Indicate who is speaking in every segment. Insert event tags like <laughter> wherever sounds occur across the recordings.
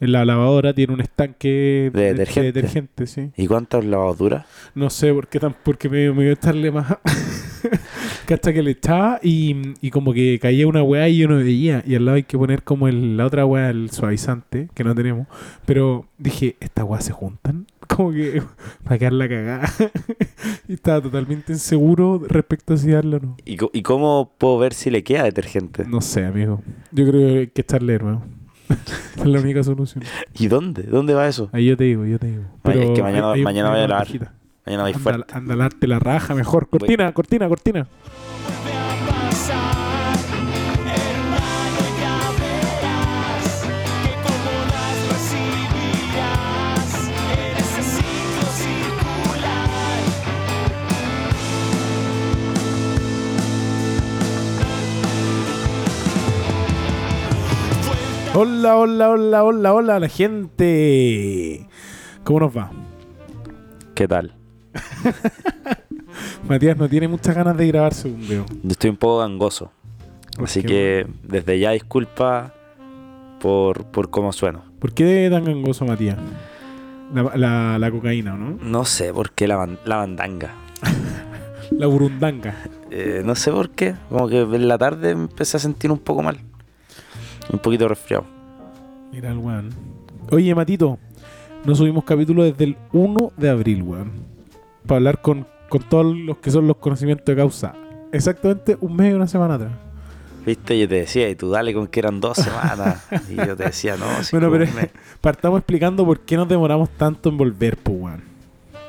Speaker 1: En la lavadora tiene un estanque
Speaker 2: De detergente.
Speaker 1: detergente, sí.
Speaker 2: ¿Y cuántas lavaduras?
Speaker 1: No sé por qué tan, porque me, me iba a estarle más. <laughs> Cacha que le echaba y, y como que caía una weá y yo no veía. Y al lado hay que poner como el, la otra weá, el suavizante, que no tenemos. Pero dije, ¿estas weá se juntan? <laughs> Como que para quedar la cagada. <laughs> y estaba totalmente inseguro respecto a si darle o no.
Speaker 2: ¿Y, co- y cómo puedo ver si le queda detergente?
Speaker 1: No sé, amigo. Yo creo que hay que echarle de nuevo. <laughs> es la única solución.
Speaker 2: ¿Y dónde? ¿Dónde va eso?
Speaker 1: Ahí yo te digo, yo te digo.
Speaker 2: Ay, es que mañana- mañana voy a
Speaker 1: una
Speaker 2: lavar.
Speaker 1: pajita.
Speaker 2: Mañana voy
Speaker 1: Anda-
Speaker 2: fuerte.
Speaker 1: anda a lavarte la raja mejor.
Speaker 2: Voy.
Speaker 1: Cortina, cortina, cortina.
Speaker 3: Vuelve a pasar, hermano, ya verás que como las recibirás en ese ciclo circular.
Speaker 1: Hola, hola, hola, hola, hola, la gente. ¿Cómo nos va?
Speaker 2: ¿Qué tal?
Speaker 1: Matías no tiene muchas ganas de grabar según veo.
Speaker 2: Yo estoy un poco gangoso.
Speaker 1: ¿Por
Speaker 2: Así
Speaker 1: qué,
Speaker 2: que desde ya disculpa por, por cómo sueno.
Speaker 1: ¿Por qué tan gangoso Matías? La, la, la cocaína, ¿o ¿no?
Speaker 2: No sé por qué la, ban- la bandanga.
Speaker 1: La burundanga.
Speaker 2: Eh, no sé por qué. Como que en la tarde me empecé a sentir un poco mal. Un poquito resfriado.
Speaker 1: Mira el weón. Oye, Matito, no subimos capítulo desde el 1 de abril, weón. Para hablar con, con todos los que son los conocimientos de causa. Exactamente un mes y una semana atrás.
Speaker 2: Viste, yo te decía, y tú dale con que eran
Speaker 1: <laughs>
Speaker 2: dos semanas. y yo te decía, no, sí,
Speaker 1: Bueno,
Speaker 2: como
Speaker 1: pero-
Speaker 2: un mes.
Speaker 1: Partamos explicando por qué nos demoramos tanto en volver, pues, weón.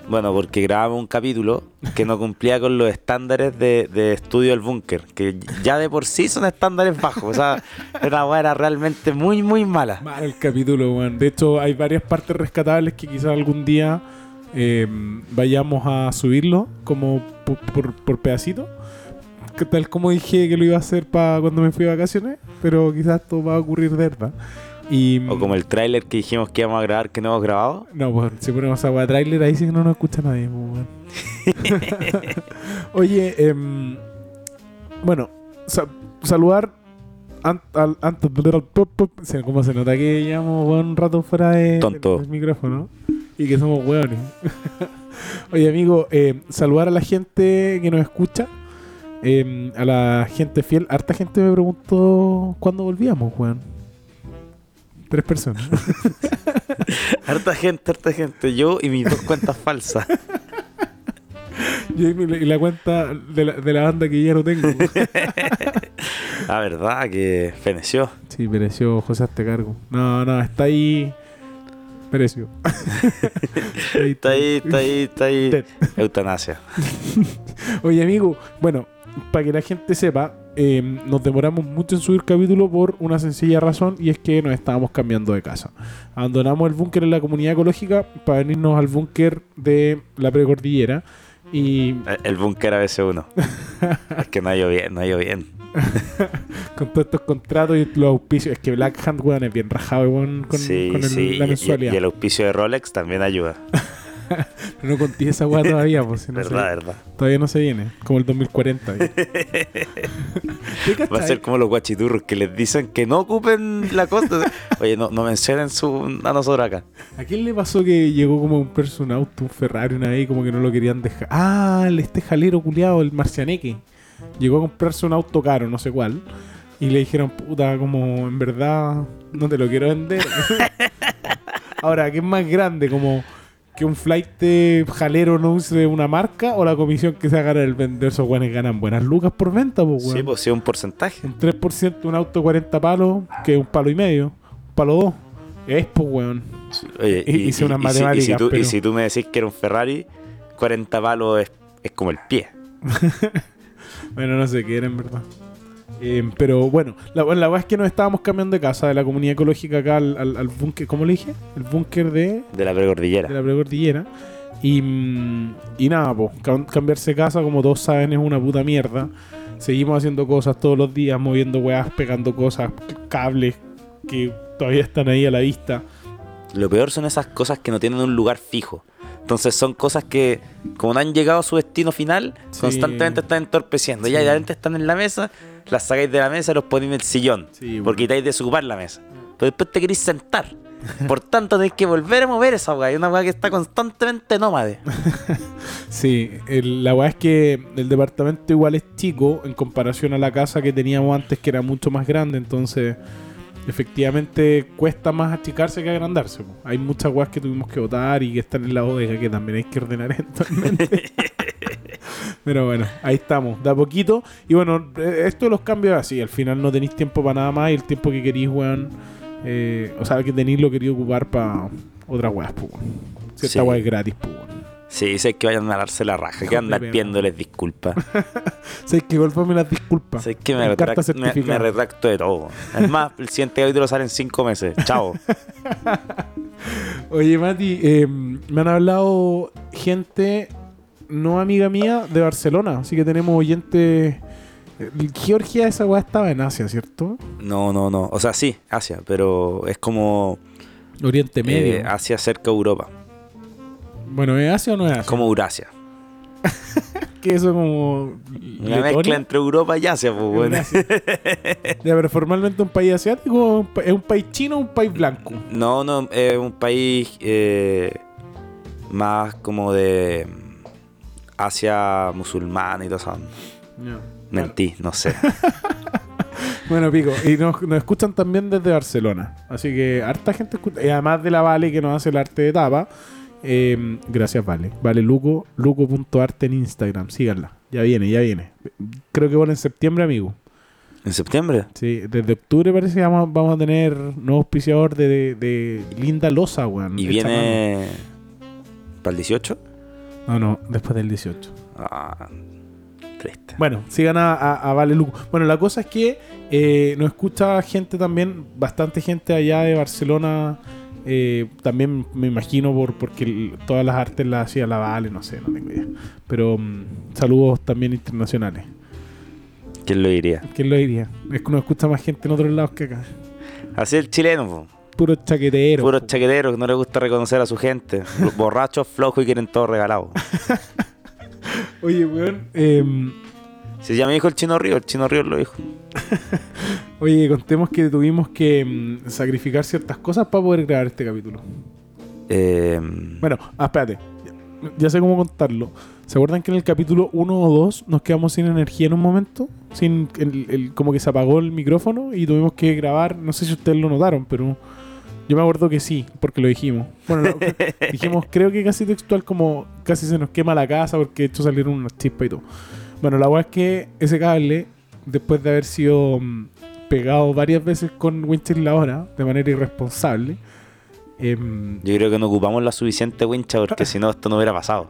Speaker 2: Bueno, porque grabamos un capítulo que no cumplía con los estándares de, de estudio del búnker, que ya de por sí son estándares bajos. O sea, era, era realmente muy, muy mala.
Speaker 1: Mal el capítulo, weón. De hecho, hay varias partes rescatables que quizás algún día eh, vayamos a subirlo como por, por, por pedacito. Que tal como dije que lo iba a hacer para cuando me fui de vacaciones, pero quizás esto va a ocurrir de verdad. Y,
Speaker 2: O como el tráiler que dijimos que íbamos a grabar, que no hemos grabado.
Speaker 1: No, pues si ponemos agua de trailer, ahí sí que no nos escucha nadie, pues, weón. Oye, em, bueno, sa- saludar an- al- antes de ver al pop, pop, se- como se nota que llevamos weón, un rato fuera de,
Speaker 2: Tonto.
Speaker 1: del micrófono y que somos hueones. <laughs> Oye, amigo, em, saludar a la gente que nos escucha, em, a la gente fiel. Harta gente me preguntó cuándo volvíamos, weón. Tres personas.
Speaker 2: Harta gente, harta gente. Yo y mis dos cuentas falsas.
Speaker 1: Yo y mi- y la cuenta de la, de la banda que ya no tengo.
Speaker 2: La verdad que feneció.
Speaker 1: <laughs> sí, pereció José hazte cargo. No, no, está ahí. Pereció. está ahí.
Speaker 2: Está <laughs> ahí, está ahí, está ahí. Eutanasia.
Speaker 1: Oye, amigo, bueno, para que la gente sepa, eh, nos demoramos mucho en subir capítulo por una sencilla razón y es que nos estábamos cambiando de casa. Abandonamos el búnker en la comunidad ecológica para venirnos al búnker de la precordillera y
Speaker 2: El- El búnker a veces uno. Es que no ha llovido, no ha llovido.
Speaker 1: con todos estos contratos y los auspicios. Es que Black Hand, weón, es bien rajado, weón, con,
Speaker 2: sí,
Speaker 1: con el-
Speaker 2: sí. y-
Speaker 1: la
Speaker 2: y-
Speaker 1: mensualidad.
Speaker 2: y el auspicio de Rolex también ayuda.
Speaker 1: No conté esa weá todavía, pues si no se-
Speaker 2: Verdad, verdad.
Speaker 1: todavía no se viene. Como el 2040.
Speaker 2: <laughs>
Speaker 1: ahí. ¿Te
Speaker 2: Va a
Speaker 1: cachai?
Speaker 2: ser como los guachiturros que les dicen que no ocupen la costa. Oye, no, no mencionen su, a nosotros acá.
Speaker 1: ¿A quién le pasó que llegó como un personal, auto, un Ferrari, una vez y como que no lo querían dejar? Ah, el- este jalero culiado, el marcianeque. Llegó a comprarse un auto caro, no sé cuál. Y le dijeron, puta, como en verdad no te lo quiero
Speaker 2: <laughs>
Speaker 1: vender. Ahora, ¿qué es más grande? Como que un flight de jalero no use una marca o la comisión que se haga el vender esos guanes ganan buenas lucas por venta, pues,
Speaker 2: Sí, pues sí, un porcentaje.
Speaker 1: Un 3% de un auto 40 palos, que es un palo y medio, un palo 2. Es, pues, weón.
Speaker 2: Oye,
Speaker 1: Hi- hice unas
Speaker 2: si- y, si
Speaker 1: matemáticas,
Speaker 2: tú, y
Speaker 1: pero-
Speaker 2: si tú me decís que era un Ferrari, 40 palos es, es como el pie.
Speaker 1: Bueno, no sé qué era en verdad. Eh, pero bueno, la, la verdad es que nos estábamos cambiando de casa, de la comunidad ecológica acá al, al, al búnker, ¿cómo le dije? El búnker de,
Speaker 2: De la
Speaker 1: de
Speaker 2: precordillera.
Speaker 1: la precordillera. Y, mm, y nada, pues, cambiarse de casa, como todos saben, es una puta mierda. Seguimos haciendo cosas todos los días, moviendo weas, pegando cosas, cables que todavía están ahí a la vista.
Speaker 2: Lo peor son esas cosas que no tienen un lugar fijo. Entonces son cosas que, como no han llegado a su destino final,
Speaker 1: Sí.
Speaker 2: constantemente están entorpeciendo. Ya
Speaker 1: Sí.
Speaker 2: de repente están en la mesa, las sacáis de la mesa y los ponéis en el sillón.
Speaker 1: Sí, bueno.
Speaker 2: porque estáis de desocupar la mesa. Pero después te queréis sentar. Por tanto, tenéis que volver a mover esa weá. Es una weá que está constantemente nómade.
Speaker 1: Sí, el- la weá es que el departamento igual es chico en comparación a la casa que teníamos antes, que era mucho más grande. Entonces, efectivamente, cuesta más achicarse que agrandarse. po. Hay muchas weas que tuvimos que votar y que están en la bodega que también hay que ordenar <laughs> eventualmente. Pero bueno, ahí estamos, de a poquito. Y bueno, eh, esto de los cambios es así. Al final no tenéis tiempo para nada más y el tiempo que queréis, weón. eh, o sea, el que tenéis lo queréis ocupar para otras weas, pues. Si
Speaker 2: Sí.
Speaker 1: esta wea es gratis, pues.
Speaker 2: Sí, dice que vayan a darse la raja, que
Speaker 1: Joder,
Speaker 2: andar
Speaker 1: weón. <laughs>
Speaker 2: pidiéndoles disculpas.
Speaker 1: Sé que golpame las disculpas.
Speaker 2: Sé que me,
Speaker 1: En carta
Speaker 2: retrac- me-
Speaker 1: certificada.
Speaker 2: me retracto de todo. Es más, el siguiente capítulo sale en cinco meses. Chao.
Speaker 1: Oye, Mati, eh, me han hablado gente no amiga mía de Barcelona. Así que tenemos oyentes. eh, Georgia, esa weá estaba en Asia, ¿cierto?
Speaker 2: No, no, no. O sea, sí, Asia, pero es como
Speaker 1: Oriente
Speaker 2: eh, Asia cerca de Europa.
Speaker 1: bueno, ¿es Asia o no es Asia?
Speaker 2: Es como Eurasia.
Speaker 1: que eso como.
Speaker 2: Una
Speaker 1: Letonia?
Speaker 2: mezcla entre Europa y Asia, pues bueno.
Speaker 1: Eurasia.
Speaker 2: <laughs>
Speaker 1: Ya, pero formalmente un país asiático un pa- es un país chino o un país blanco.
Speaker 2: No, no, es un país eh, más como de mm, Asia musulmana y todo eso. Mentí, no sé.
Speaker 1: Bueno, pico. Y nos, nos escuchan también desde Barcelona. Así que harta gente escucha. Y además de la Vale que nos hace el arte de tapa. eh, gracias, Vale. Vale Luco, luco.arte en Instagram. Síganla. Ya viene, ya viene. Creo que bueno en septiembre, amigo.
Speaker 2: ¿En septiembre?
Speaker 1: Sí, desde octubre parece que vamos, vamos a tener nuevo auspiciador de, de- de Linda Loza, weón.
Speaker 2: ¿Y
Speaker 1: Hecha
Speaker 2: viene para el 18?
Speaker 1: mano. No, no, después del 18.
Speaker 2: Ah, triste.
Speaker 1: Bueno, sigan a, a- a Vale Luco. Bueno, la cosa es que eh, nos escucha gente también, bastante gente allá de Barcelona. eh, también me imagino por porque el- todas las artes las hacía la Vale, no sé, no tengo idea. Pero mm, saludos también internacionales.
Speaker 2: ¿Quién lo diría?
Speaker 1: ¿Quién lo diría? Es que nos escucha más gente en otros lados que acá.
Speaker 2: Así el chileno, po.
Speaker 1: Puro chaquetero.
Speaker 2: Puros chaqueteros que no les gusta reconocer a su gente. Borrachos, flojos y quieren todo regalado.
Speaker 1: Oye, weón. em,
Speaker 2: Si ya me dijo el chino Río, el chino Río lo dijo.
Speaker 1: oye, contemos que tuvimos que mm, sacrificar ciertas cosas para poder grabar este capítulo.
Speaker 2: Eh,
Speaker 1: Bueno, ah, espérate. Ya- Ya sé cómo contarlo. ¿Se acuerdan que en el capítulo 1 o 2 nos quedamos sin energía en un momento? Sin el- el- como que se apagó el micrófono y tuvimos que grabar. No sé si ustedes lo notaron, pero yo me acuerdo que sí, porque lo dijimos. Bueno, lo- dijimos, creo que casi textual, como casi se nos quema la casa porque de hecho salieron unas chispas y todo. Bueno, la verdad es que ese cable, después de haber sido mm, pegado varias veces con Winchester la hora, de manera irresponsable, em,
Speaker 2: yo creo que no ocupamos la suficiente wincha
Speaker 1: <laughs>
Speaker 2: porque si no, esto no hubiera pasado.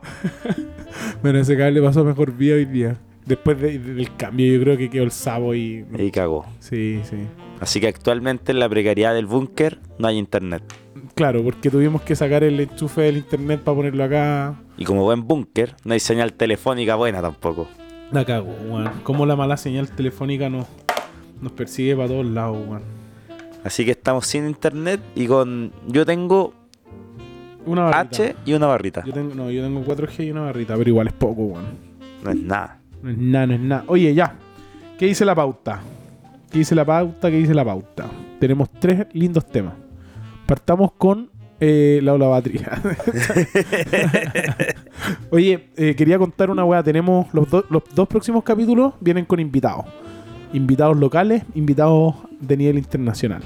Speaker 1: Bueno, ese cable pasó mejor vía hoy día. Después de- de- del cambio, yo creo que quedó el sabo y.
Speaker 2: Y cagó.
Speaker 1: Sí, sí.
Speaker 2: Así que actualmente en la precariedad del búnker no hay internet.
Speaker 1: Claro, porque tuvimos que sacar el enchufe del internet para ponerlo acá.
Speaker 2: Y como buen búnker, no hay señal telefónica buena tampoco.
Speaker 1: La cago, weón. Como la mala señal telefónica nos, nos persigue para todos lados, weón.
Speaker 2: Así que estamos sin internet y con. Yo tengo
Speaker 1: Una barrita.
Speaker 2: H y una barrita.
Speaker 1: Yo tengo, no, yo tengo 4G y una barrita, pero igual es poco, weón.
Speaker 2: No es nada.
Speaker 1: No es nada, no es nada. Oye, ya. ¿Qué dice la pauta? ¿Qué dice la pauta? ¿Qué dice la pauta? Tenemos tres lindos temas. Partamos con eh, la olavatría. <laughs> Oye, eh, quería contar una weá. Tenemos los, do- los dos próximos capítulos vienen con invitados. Invitados locales, invitados de nivel internacional.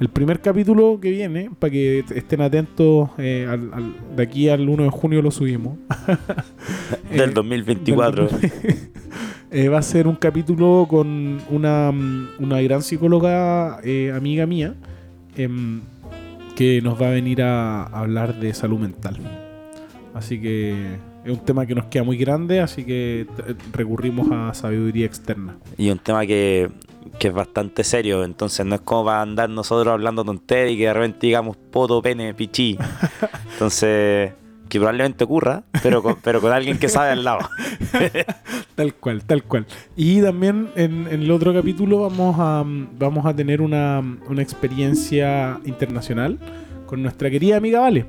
Speaker 1: El primer capítulo que viene, para que est- estén atentos, eh, al- al- de aquí al 1 de junio lo subimos.
Speaker 2: Del
Speaker 1: Eh,
Speaker 2: 2024.
Speaker 1: <laughs> eh, va a ser un capítulo con una, mm, una gran psicóloga eh, amiga mía em, que nos va a venir a hablar de salud mental. Así que es un tema que nos queda muy grande, así que t- eh, recurrimos a sabiduría externa.
Speaker 2: Y un tema que, que es bastante serio, entonces no es como para andar nosotros hablando tonteras y que de repente digamos poto, pene,
Speaker 1: <laughs>
Speaker 2: pichí. Entonces, que probablemente ocurra, pero con, pero con alguien que sabe al lado.
Speaker 1: Tal cual, tal cual. Y también en, en el otro capítulo vamos a, mm, vamos a tener una, mm, una experiencia internacional con nuestra querida amiga Vale,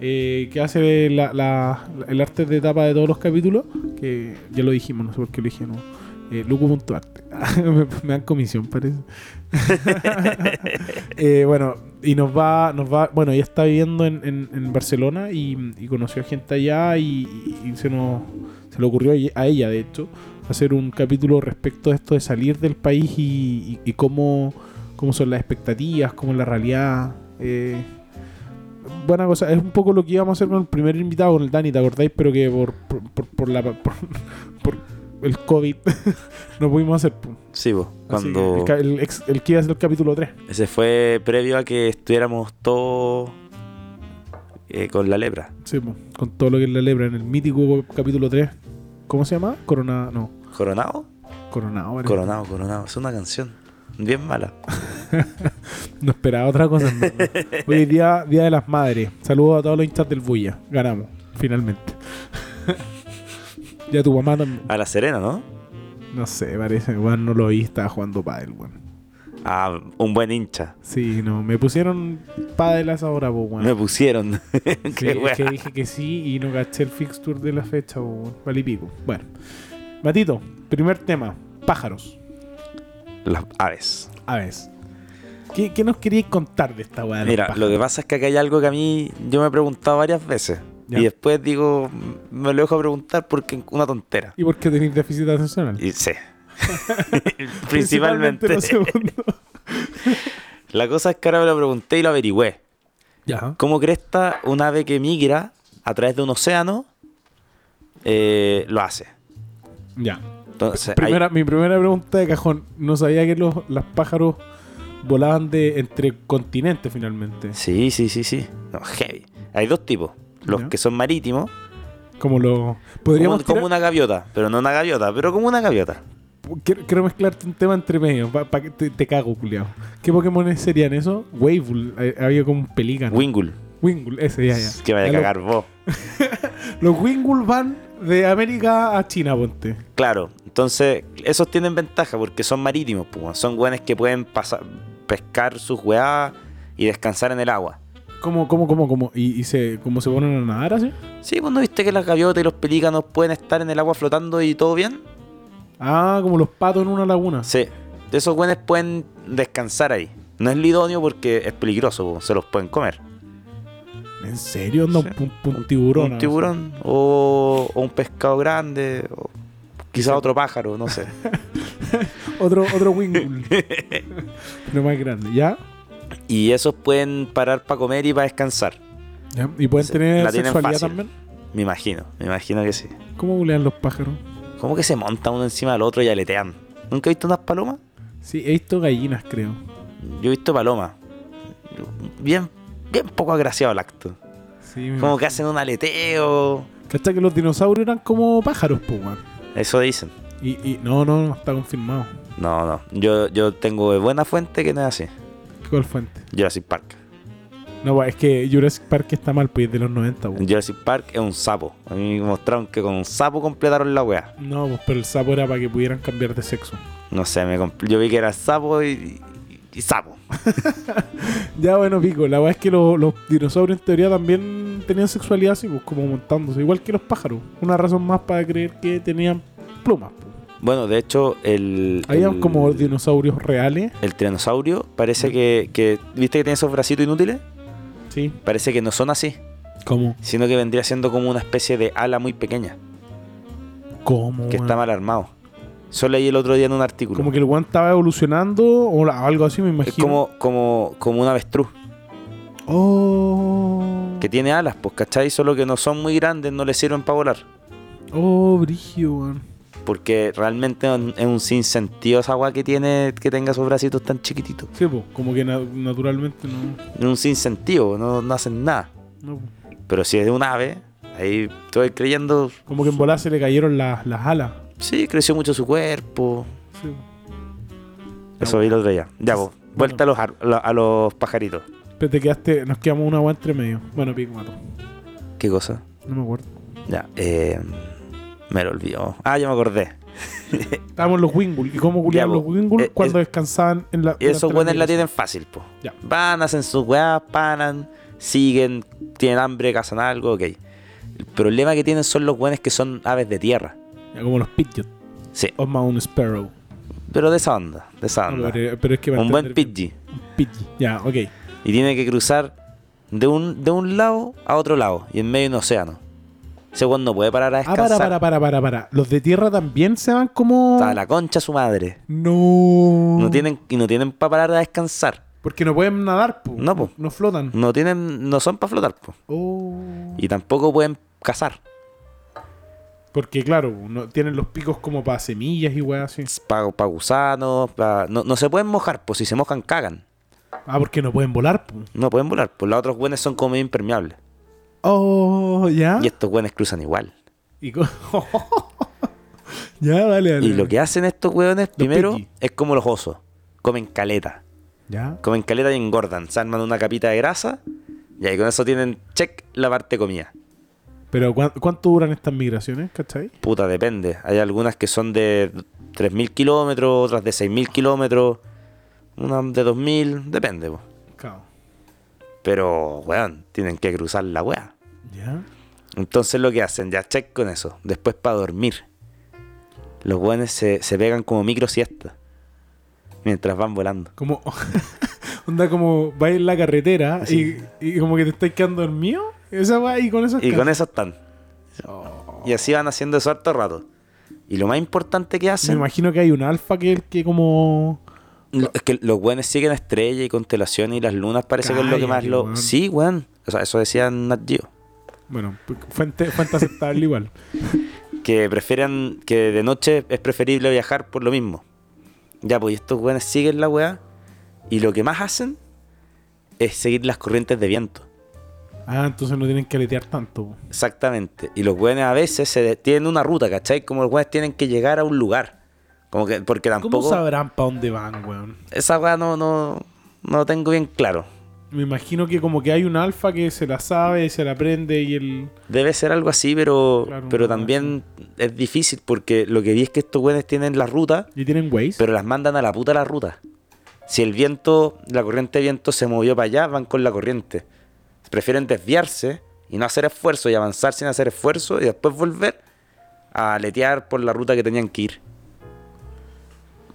Speaker 1: eh, que hace la- la- la- el arte de tapa de todos los capítulos, que ya lo dijimos, no sé por qué lo dije, ¿no? Eh, Luco.arte. <laughs> me, me dan comisión, parece. <laughs> Eh, bueno, y nos va, nos va, bueno, ella está viviendo en, en- en Barcelona y, y conoció a gente allá y, y- y se nos se le ocurrió a ella, de hecho, hacer un capítulo respecto a esto de salir del país y, y- y cómo, cómo son las expectativas, cómo es la realidad. eh. buena cosa, es un poco lo que íbamos a hacer con el primer invitado, con el Dani, ¿te acordáis? Pero que por, por, por- por la, por, por el COVID <laughs> no pudimos hacer. po.
Speaker 2: Sí, po,
Speaker 1: Así que
Speaker 2: cuando
Speaker 1: el ca- el, ex- el que iba a ser el capítulo 3.
Speaker 2: ese fue previo a que estuviéramos todos eh, con la lepra.
Speaker 1: Sí, po, con todo lo que es la lepra en el mítico capítulo 3. ¿Cómo se llama? Corona. No,
Speaker 2: ¿Coronado?
Speaker 1: Coronado. parece.
Speaker 2: Coronado, coronado. Es una canción bien mala.
Speaker 1: No esperaba otra cosa. en
Speaker 2: <laughs>
Speaker 1: verdad. Hoy es día, día de las Madres. Saludos a todos los hinchas del Bulla. Ganamos, finalmente. <laughs> ya tu mamá también.
Speaker 2: A la Serena, ¿no?
Speaker 1: No sé, parece. Weón, no lo vi, estaba jugando pádel, weón.
Speaker 2: Ah, un buen hincha.
Speaker 1: Sí, no, me pusieron pádel a esa hora, po, weón.
Speaker 2: Me pusieron. <laughs>
Speaker 1: Sí,
Speaker 2: Qué
Speaker 1: es
Speaker 2: wea.
Speaker 1: que dije que sí y no caché el fixture de la fecha, po, weón. Vale y pico. Bueno. Matito, primer tema. Pájaros.
Speaker 2: Las aves.
Speaker 1: A ver. ¿Qué, qué nos queríais contar de esta weá? de los
Speaker 2: Mira, lo
Speaker 1: pájaros?
Speaker 2: que pasa es que acá hay algo que a mí yo me he preguntado varias veces.
Speaker 1: Ya.
Speaker 2: Y después digo, me lo dejo preguntar porque es una tontera.
Speaker 1: ¿Y por qué tenéis déficit atencional? <laughs>
Speaker 2: Y sí. <laughs> Principalmente. <laughs>
Speaker 1: lo segundo.
Speaker 2: La cosa es que ahora me lo pregunté y lo averigüé.
Speaker 1: ya.
Speaker 2: ¿Cómo cresta un ave que migra a través de un océano eh, lo hace?
Speaker 1: Ya.
Speaker 2: Entonces, hay-
Speaker 1: Primera, mi primera pregunta de cajón. No sabía que los las pájaros volaban de entre continentes finalmente.
Speaker 2: Sí, sí, sí, sí. No, heavy. Hay dos tipos. Los
Speaker 1: Ya.
Speaker 2: que son marítimos,
Speaker 1: Como lo.
Speaker 2: como,
Speaker 1: Podríamos.
Speaker 2: como
Speaker 1: tirar-
Speaker 2: una gaviota, pero no una gaviota, pero como una gaviota.
Speaker 1: quiero, quiero mezclarte un tema entre medio. pa- pa que te, te cago, culiao. ¿Qué Pokémon serían eso? Waveful. eh, Había como un pelícano.
Speaker 2: Wingul.
Speaker 1: Wingull, ese ya, ya.
Speaker 2: Que vaya a
Speaker 1: Ya lo-
Speaker 2: cagar vos.
Speaker 1: Los Wingull van de América a China, ponte.
Speaker 2: Claro, entonces esos tienen ventaja porque son marítimos, pues, weón. son weones que pueden pasar, pescar sus weás y descansar en el agua.
Speaker 1: ¿Cómo, cómo, cómo, cómo? ¿Y, y se, cómo se ponen a nadar así?
Speaker 2: Sí, pues no viste que las gaviotas y los pelícanos pueden estar en el agua flotando y todo bien.
Speaker 1: Ah, como los patos en una laguna.
Speaker 2: Sí, esos weones pueden descansar ahí. No es lo idóneo porque es peligroso, pues, se los pueden comer.
Speaker 1: ¿En serio? No,
Speaker 2: Sí.
Speaker 1: un, un tiburón.
Speaker 2: Un tiburón o, o un pescado grande o quizás otro pájaro, no sé.
Speaker 1: así. Otro, otro <laughs> Wingull. Pero más grande. ¿Ya?
Speaker 2: y esos pueden parar para comer y para descansar.
Speaker 1: ¿Ya? ¿Y pueden
Speaker 2: Sí,
Speaker 1: tener
Speaker 2: la tienen
Speaker 1: sexualidad
Speaker 2: fácil.
Speaker 1: también?
Speaker 2: Me imagino, me imagino que sí.
Speaker 1: ¿Cómo bulean los pájaros?
Speaker 2: ¿Cómo que se monta uno encima del otro y aletean? ¿Nunca he visto unas palomas?
Speaker 1: Sí, he visto gallinas, creo.
Speaker 2: Yo he visto palomas. Bien, bien poco agraciado el acto.
Speaker 1: Sí, me
Speaker 2: Como que hacen un aleteo.
Speaker 1: ¿Cachai que los dinosaurios eran como pájaros, po, weón?
Speaker 2: Eso dicen.
Speaker 1: Y, y no, no, no, está confirmado.
Speaker 2: No, no. Yo, yo tengo de buena fuente que no es así.
Speaker 1: ¿Cuál fuente?
Speaker 2: Jurassic Park.
Speaker 1: No, pues, es que Jurassic Park está mal, pues es de los 90, po.
Speaker 2: Jurassic Park es un sapo. A mí me mostraron que con un sapo completaron la weá.
Speaker 1: No, pues, pero el sapo era para que pudieran cambiar de sexo.
Speaker 2: No sé, me compl- yo vi que era sapo y, y- y sapo.
Speaker 1: Ya bueno, pico, la verdad es que lo- los dinosaurios en teoría también tenían sexualidad así, pues como montándose, igual que los pájaros. Una razón más para creer que tenían plumas. pues.
Speaker 2: Bueno, de hecho, el.
Speaker 1: Habían
Speaker 2: el-
Speaker 1: como dinosaurios reales,
Speaker 2: El tiranosaurio parece que, que. ¿Viste que tiene esos bracitos inútiles?
Speaker 1: sí.
Speaker 2: Parece que no son así.
Speaker 1: ¿Cómo?
Speaker 2: sino que vendría siendo como una especie de ala muy pequeña,
Speaker 1: ¿Cómo?
Speaker 2: que
Speaker 1: weón?
Speaker 2: está mal armado. Eso leí el otro día en un artículo.
Speaker 1: Como que el guan estaba evolucionando o la- algo así, me
Speaker 2: es
Speaker 1: imagino.
Speaker 2: como, como, como un avestruz,
Speaker 1: Oh.
Speaker 2: que tiene alas, pues, ¿cachai? Solo que no son muy grandes, no le sirven para volar.
Speaker 1: Oh, brigio, weón.
Speaker 2: Porque realmente es un sinsentido esa agua que tiene, que tenga esos bracitos tan chiquititos.
Speaker 1: Sí, pues, como que na- naturalmente no.
Speaker 2: Es un sinsentido, no, no hacen nada.
Speaker 1: no, po.
Speaker 2: Pero si es de un ave, ahí estoy creyendo,
Speaker 1: Como que en volar se le cayeron las, las alas.
Speaker 2: sí, creció mucho su cuerpo.
Speaker 1: Sí, po. Ah,
Speaker 2: Eso vi el otro día. Ya, pues, vuelta a los, ar- lo- a los pajaritos.
Speaker 1: Pero te quedaste, nos quedamos una agua entre medio. Bueno, pico, mato.
Speaker 2: ¿Qué cosa?
Speaker 1: No me acuerdo.
Speaker 2: Ya, eh, me lo olvidó. Ah, ya me acordé.
Speaker 1: Estábamos los Wingul. ¿Y cómo culiaban
Speaker 2: Ya,
Speaker 1: los
Speaker 2: po.
Speaker 1: Wingul
Speaker 2: Eh,
Speaker 1: cuando
Speaker 2: es-
Speaker 1: descansaban en la.
Speaker 2: Y esos
Speaker 1: buenos
Speaker 2: buenos la tienen fácil, po.
Speaker 1: Ya.
Speaker 2: Van, hacen sus weas, panan, siguen, tienen hambre, cazan algo, ok. El problema que tienen son los buenos que son aves de tierra.
Speaker 1: Como los Pidgeot.
Speaker 2: Sí,
Speaker 1: o Mount Sparrow.
Speaker 2: pero de esa onda, de esa
Speaker 1: No lo
Speaker 2: onda.
Speaker 1: veré, pero es que para
Speaker 2: Un buen
Speaker 1: entender-
Speaker 2: Pidgey.
Speaker 1: Pidgey. Ya, ok.
Speaker 2: Y tiene que cruzar de un, de un lado a otro lado y en medio de un océano. Ese weón no puede parar a
Speaker 1: Ah,
Speaker 2: descansar.
Speaker 1: para, para, para, para, para. Los de tierra también se van como.
Speaker 2: Está la concha su madre.
Speaker 1: No.
Speaker 2: No tienen, y no tienen para parar a descansar.
Speaker 1: Porque no pueden nadar, po.
Speaker 2: No, po.
Speaker 1: No flotan.
Speaker 2: No tienen, no son para flotar, po.
Speaker 1: Oh.
Speaker 2: Y tampoco pueden cazar.
Speaker 1: Porque, claro, no, tienen los picos como para semillas y weas así.
Speaker 2: Para gusanos, pa- no, no se pueden mojar, pues si se mojan cagan.
Speaker 1: Ah, porque no pueden volar, po.
Speaker 2: No pueden volar, pues los otros güenes son como medio impermeables.
Speaker 1: Oh, ya.
Speaker 2: Y estos güenes cruzan igual.
Speaker 1: Y co- <laughs> ya, dale, dale.
Speaker 2: Y lo que hacen estos güenes primero
Speaker 1: Pidgey.
Speaker 2: es como los osos. Comen caleta.
Speaker 1: Ya.
Speaker 2: Comen caleta y engordan. Se arman una capita de grasa. Y ahí con eso tienen check la parte comida.
Speaker 1: Pero, ¿cuán- ¿cuánto duran estas migraciones, cachai?
Speaker 2: Puta, depende. Hay algunas que son de 3.000 kilómetros, otras de 6.000 kilómetros, unas de 2.000, depende. po.
Speaker 1: Cao.
Speaker 2: Pero, weón, tienen que cruzar la weá.
Speaker 1: Ya.
Speaker 2: Entonces lo que hacen, ya check con eso. Después para dormir. Los weones se, se pegan como micro siestas. Mientras van volando.
Speaker 1: Como. <laughs> onda, como vais en la carretera
Speaker 2: Sí.
Speaker 1: y, y como que te estáis quedando dormido. Esa wea y con eso.
Speaker 2: Y con
Speaker 1: alcanza.
Speaker 2: eso están.
Speaker 1: Oh.
Speaker 2: Y así van haciendo eso harto rato. Y lo más importante que
Speaker 1: Me
Speaker 2: hacen
Speaker 1: imagino que hay un alfa que el que como.
Speaker 2: lo- es que los weones siguen estrellas y constelaciones y las lunas parece que es lo que más
Speaker 1: Cállate,
Speaker 2: lo...
Speaker 1: weón.
Speaker 2: Sí, weón. O sea, eso decían Nat Geo.
Speaker 1: Bueno, pues, fuente, fuente aceptable igual. <laughs>
Speaker 2: que prefieran que de noche es preferible viajar por lo mismo. Ya, pues y estos weones siguen la weá y lo que más hacen es seguir las corrientes de viento.
Speaker 1: Ah, entonces no tienen que aletear tanto. po.
Speaker 2: Exactamente. Y los weones a veces se de- tienen una ruta, ¿cachai? Como los weones tienen que llegar a un lugar. Como que, porque
Speaker 1: ¿Cómo
Speaker 2: tampoco.
Speaker 1: sabrán para dónde van, weón?
Speaker 2: Esa weá no, no, no lo tengo bien claro.
Speaker 1: Me imagino que como que hay un alfa que se la sabe, se la aprende y el...
Speaker 2: Debe ser algo así, pero,
Speaker 1: Claro,
Speaker 2: pero
Speaker 1: una weá
Speaker 2: también es difícil porque lo que vi es que estos weones tienen la ruta
Speaker 1: ¿Y tienen Waze?
Speaker 2: pero las mandan a la puta la ruta. Si el viento, la corriente de viento se movió para allá, van con la corriente. Prefieren desviarse y no hacer esfuerzo y avanzar sin hacer esfuerzo y después volver a aletear por la ruta que tenían que ir.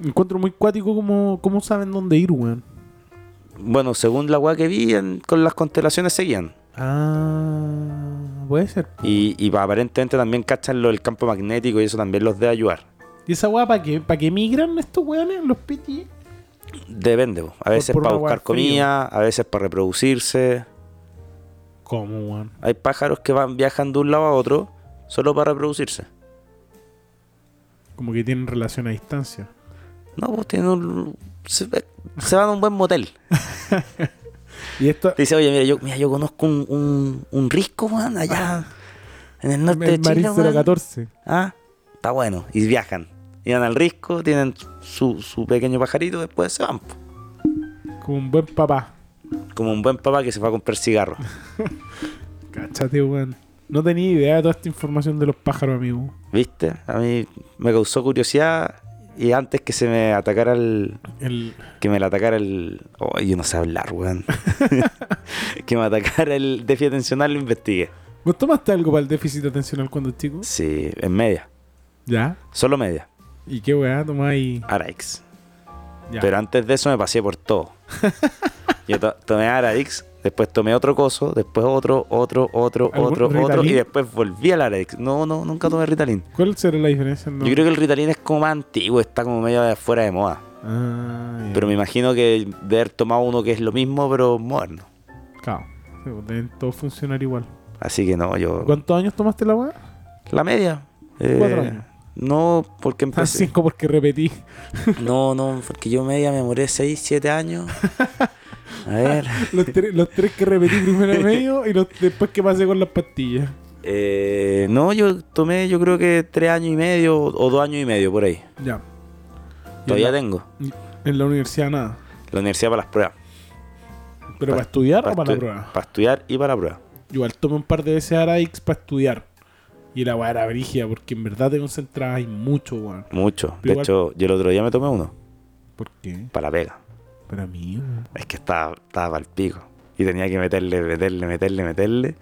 Speaker 1: Encuentro muy cuático como, cómo saben dónde ir, weón.
Speaker 2: Bueno, según la weá que vi, en- con las constelaciones seguían.
Speaker 1: Ah, puede ser.
Speaker 2: Y, y aparentemente también cachan lo del campo magnético y eso también los debe ayudar.
Speaker 1: ¿Y esa weá para qué? ¿Para qué migran estos weones, los PTI?
Speaker 2: Depende, po. a veces
Speaker 1: por
Speaker 2: para
Speaker 1: una weá
Speaker 2: buscar
Speaker 1: de
Speaker 2: comida, a veces para reproducirse.
Speaker 1: ¿Cómo, weón?
Speaker 2: Hay pájaros que van viajan de un lado a otro solo para reproducirse.
Speaker 1: Como que tienen relación a distancia.
Speaker 2: No, pues tienen un- Se, se van a un buen motel.
Speaker 1: Y esto...
Speaker 2: Te dice, oye, mira, yo, mira, yo conozco un, un, un risco, weón, allá en Ah. el norte de
Speaker 1: El Marín
Speaker 2: Chile, weón.
Speaker 1: 014.
Speaker 2: Ah, está bueno. Y viajan. Iban al risco, tienen su, su pequeño pajarito, después se van. po.
Speaker 1: Como un buen papá.
Speaker 2: Como un buen papá que se va a comprar cigarros.
Speaker 1: Cáchate, weón. No tenía idea de toda esta información de los pájaros, amigo.
Speaker 2: ¿Viste? A mí me causó curiosidad y antes que se me atacara el...
Speaker 1: El...
Speaker 2: Que me la atacara el... Oh, yo no sé hablar, weón. <laughs> que me atacara el déficit atencional lo investigué.
Speaker 1: ¿Vos tomaste algo para el déficit atencional cuando chico?
Speaker 2: Sí, en media.
Speaker 1: Ya.
Speaker 2: Solo media.
Speaker 1: ¿Y qué weá tomáis?
Speaker 2: Arax.
Speaker 1: Ya.
Speaker 2: Pero antes de eso me pasé
Speaker 1: <laughs>
Speaker 2: por todo. Yo to- tomé Arax, después tomé otro coso, después otro, otro, otro,
Speaker 1: ¿Algún
Speaker 2: otro, otro,
Speaker 1: Ritalin?
Speaker 2: y después volví al Arax. No, no, nunca tomé Ritalin.
Speaker 1: ¿Cuál será la diferencia? No.
Speaker 2: Yo creo que el Ritalin es como más antiguo, está como medio de fuera de moda.
Speaker 1: Ah, ya.
Speaker 2: Pero me imagino que de haber tomado uno que es lo mismo, pero moderno.
Speaker 1: Claro. Sí, pues, deben todos funcionar igual.
Speaker 2: Así que no, yo.
Speaker 1: ¿Cuántos años tomaste la weá?
Speaker 2: La media. eh,
Speaker 1: Cuatro años.
Speaker 2: No, porque
Speaker 1: Ah,
Speaker 2: empecé.
Speaker 1: cinco porque repetí. <laughs>
Speaker 2: No, no, porque yo media me moré 6,
Speaker 1: <laughs>
Speaker 2: 7 años. A ver.
Speaker 1: Los, tres- los tres que repetí primero en medio y los después que pasé con las pastillas.
Speaker 2: Eh, no, yo tomé yo creo que tres años y medio o dos años y medio por ahí.
Speaker 1: Ya. Y
Speaker 2: Todavía
Speaker 1: en la,
Speaker 2: tengo.
Speaker 1: En la universidad nada.
Speaker 2: La universidad para las pruebas.
Speaker 1: ¿Pero para estudiar o Ah, para la
Speaker 2: estu-
Speaker 1: prueba?
Speaker 2: Para estudiar y para la prueba.
Speaker 1: Igual tomé un par de veces Araix para estudiar. Y la weá era brígida porque en verdad te concentrabas y mucho, weón.
Speaker 2: Mucho. De
Speaker 1: Pero igual-
Speaker 2: hecho, yo el otro día me tomé uno.
Speaker 1: ¿Por qué?
Speaker 2: Para la pega.
Speaker 1: Para mí, weón.
Speaker 2: Es que estaba, estaba para el pico. Y tenía que meterle, meterle, meterle, meterle.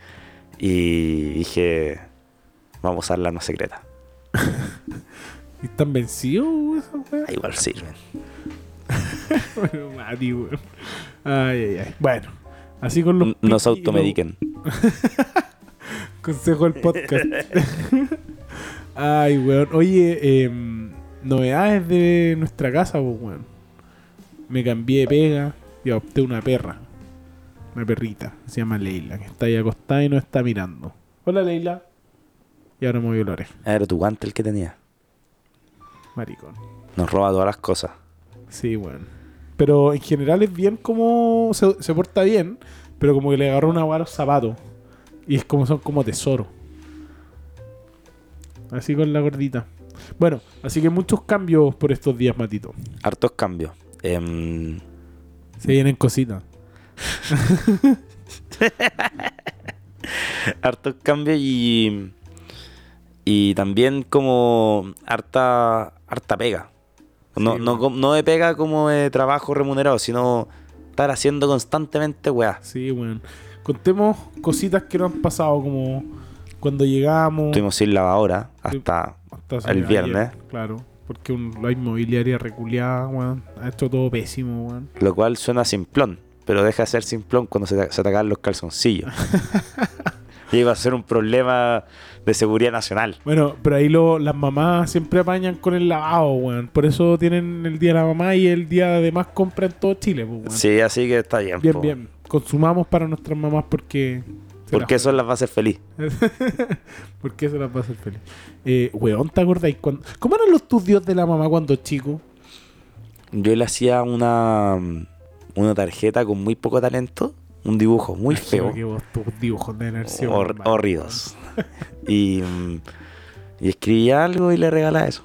Speaker 2: Y dije, vamos a usar la arma secreta.
Speaker 1: ¿Y están vencidos esas weas? <laughs>
Speaker 2: Ah, igual sirven.
Speaker 1: Bueno, Mati, weón. Ay, ay, ay. Bueno, así con los.
Speaker 2: No
Speaker 1: piquitos.
Speaker 2: se automediquen.
Speaker 1: Consejo del podcast. ay, weón. Oye, em, novedades de nuestra casa, pues, weón. Me cambié de pega y adopté una perra. Una perrita. Se llama Leila, que está ahí acostada y nos está mirando. Hola, Leila. Y ahora movió la oreja.
Speaker 2: Era tu guante el que tenía.
Speaker 1: Maricón.
Speaker 2: Nos roba todas las cosas.
Speaker 1: Sí, weón. Pero en general es bien como. Se, se porta bien, pero como que le agarró una vara a los zapatos. Y es como son como tesoro. Así con la gordita. Bueno, así que muchos cambios por estos días, Matito.
Speaker 2: Hartos cambios. Em,
Speaker 1: Se vienen cositas.
Speaker 2: hartos cambios y. Y también como harta, harta pega. No,
Speaker 1: Sí,
Speaker 2: no, com- no de pega como de trabajo remunerado, sino estar haciendo constantemente weá.
Speaker 1: Sí, weón. Contemos cositas que no han pasado, como cuando llegamos.
Speaker 2: Estuvimos sin lavadora hasta
Speaker 1: hasta hace-
Speaker 2: el viernes.
Speaker 1: claro, porque un- la inmobiliaria reculeada, weón. Ha hecho todo pésimo, weón.
Speaker 2: Lo cual suena simplón, pero deja de ser simplón cuando se, te- se te acaban los
Speaker 1: <laughs>
Speaker 2: calzoncillos. y iba a ser un problema de seguridad nacional.
Speaker 1: Bueno, pero ahí lo, las mamás siempre apañan con el lavado, weón. Por eso tienen el día de la mamá y el día de más compra en todo Chile, pues, weón.
Speaker 2: Sí, pues. así que está bien.
Speaker 1: bien,
Speaker 2: po.
Speaker 1: bien. Consumamos para nuestras mamás porque. se
Speaker 2: Porque
Speaker 1: las-
Speaker 2: eso las va a hacer feliz.
Speaker 1: porque eso las va a hacer feliz. Eh, weón, ¿te acordáis cuando. ¿Cómo eran los tus días de la mamá cuando chico?
Speaker 2: Yo le hacía una, una tarjeta con muy poco talento, un dibujo muy
Speaker 1: Imagino
Speaker 2: feo,
Speaker 1: que vos tus dibujos de energía.
Speaker 2: hor- horridos. Y, mm, y escribía algo y le regalaba eso.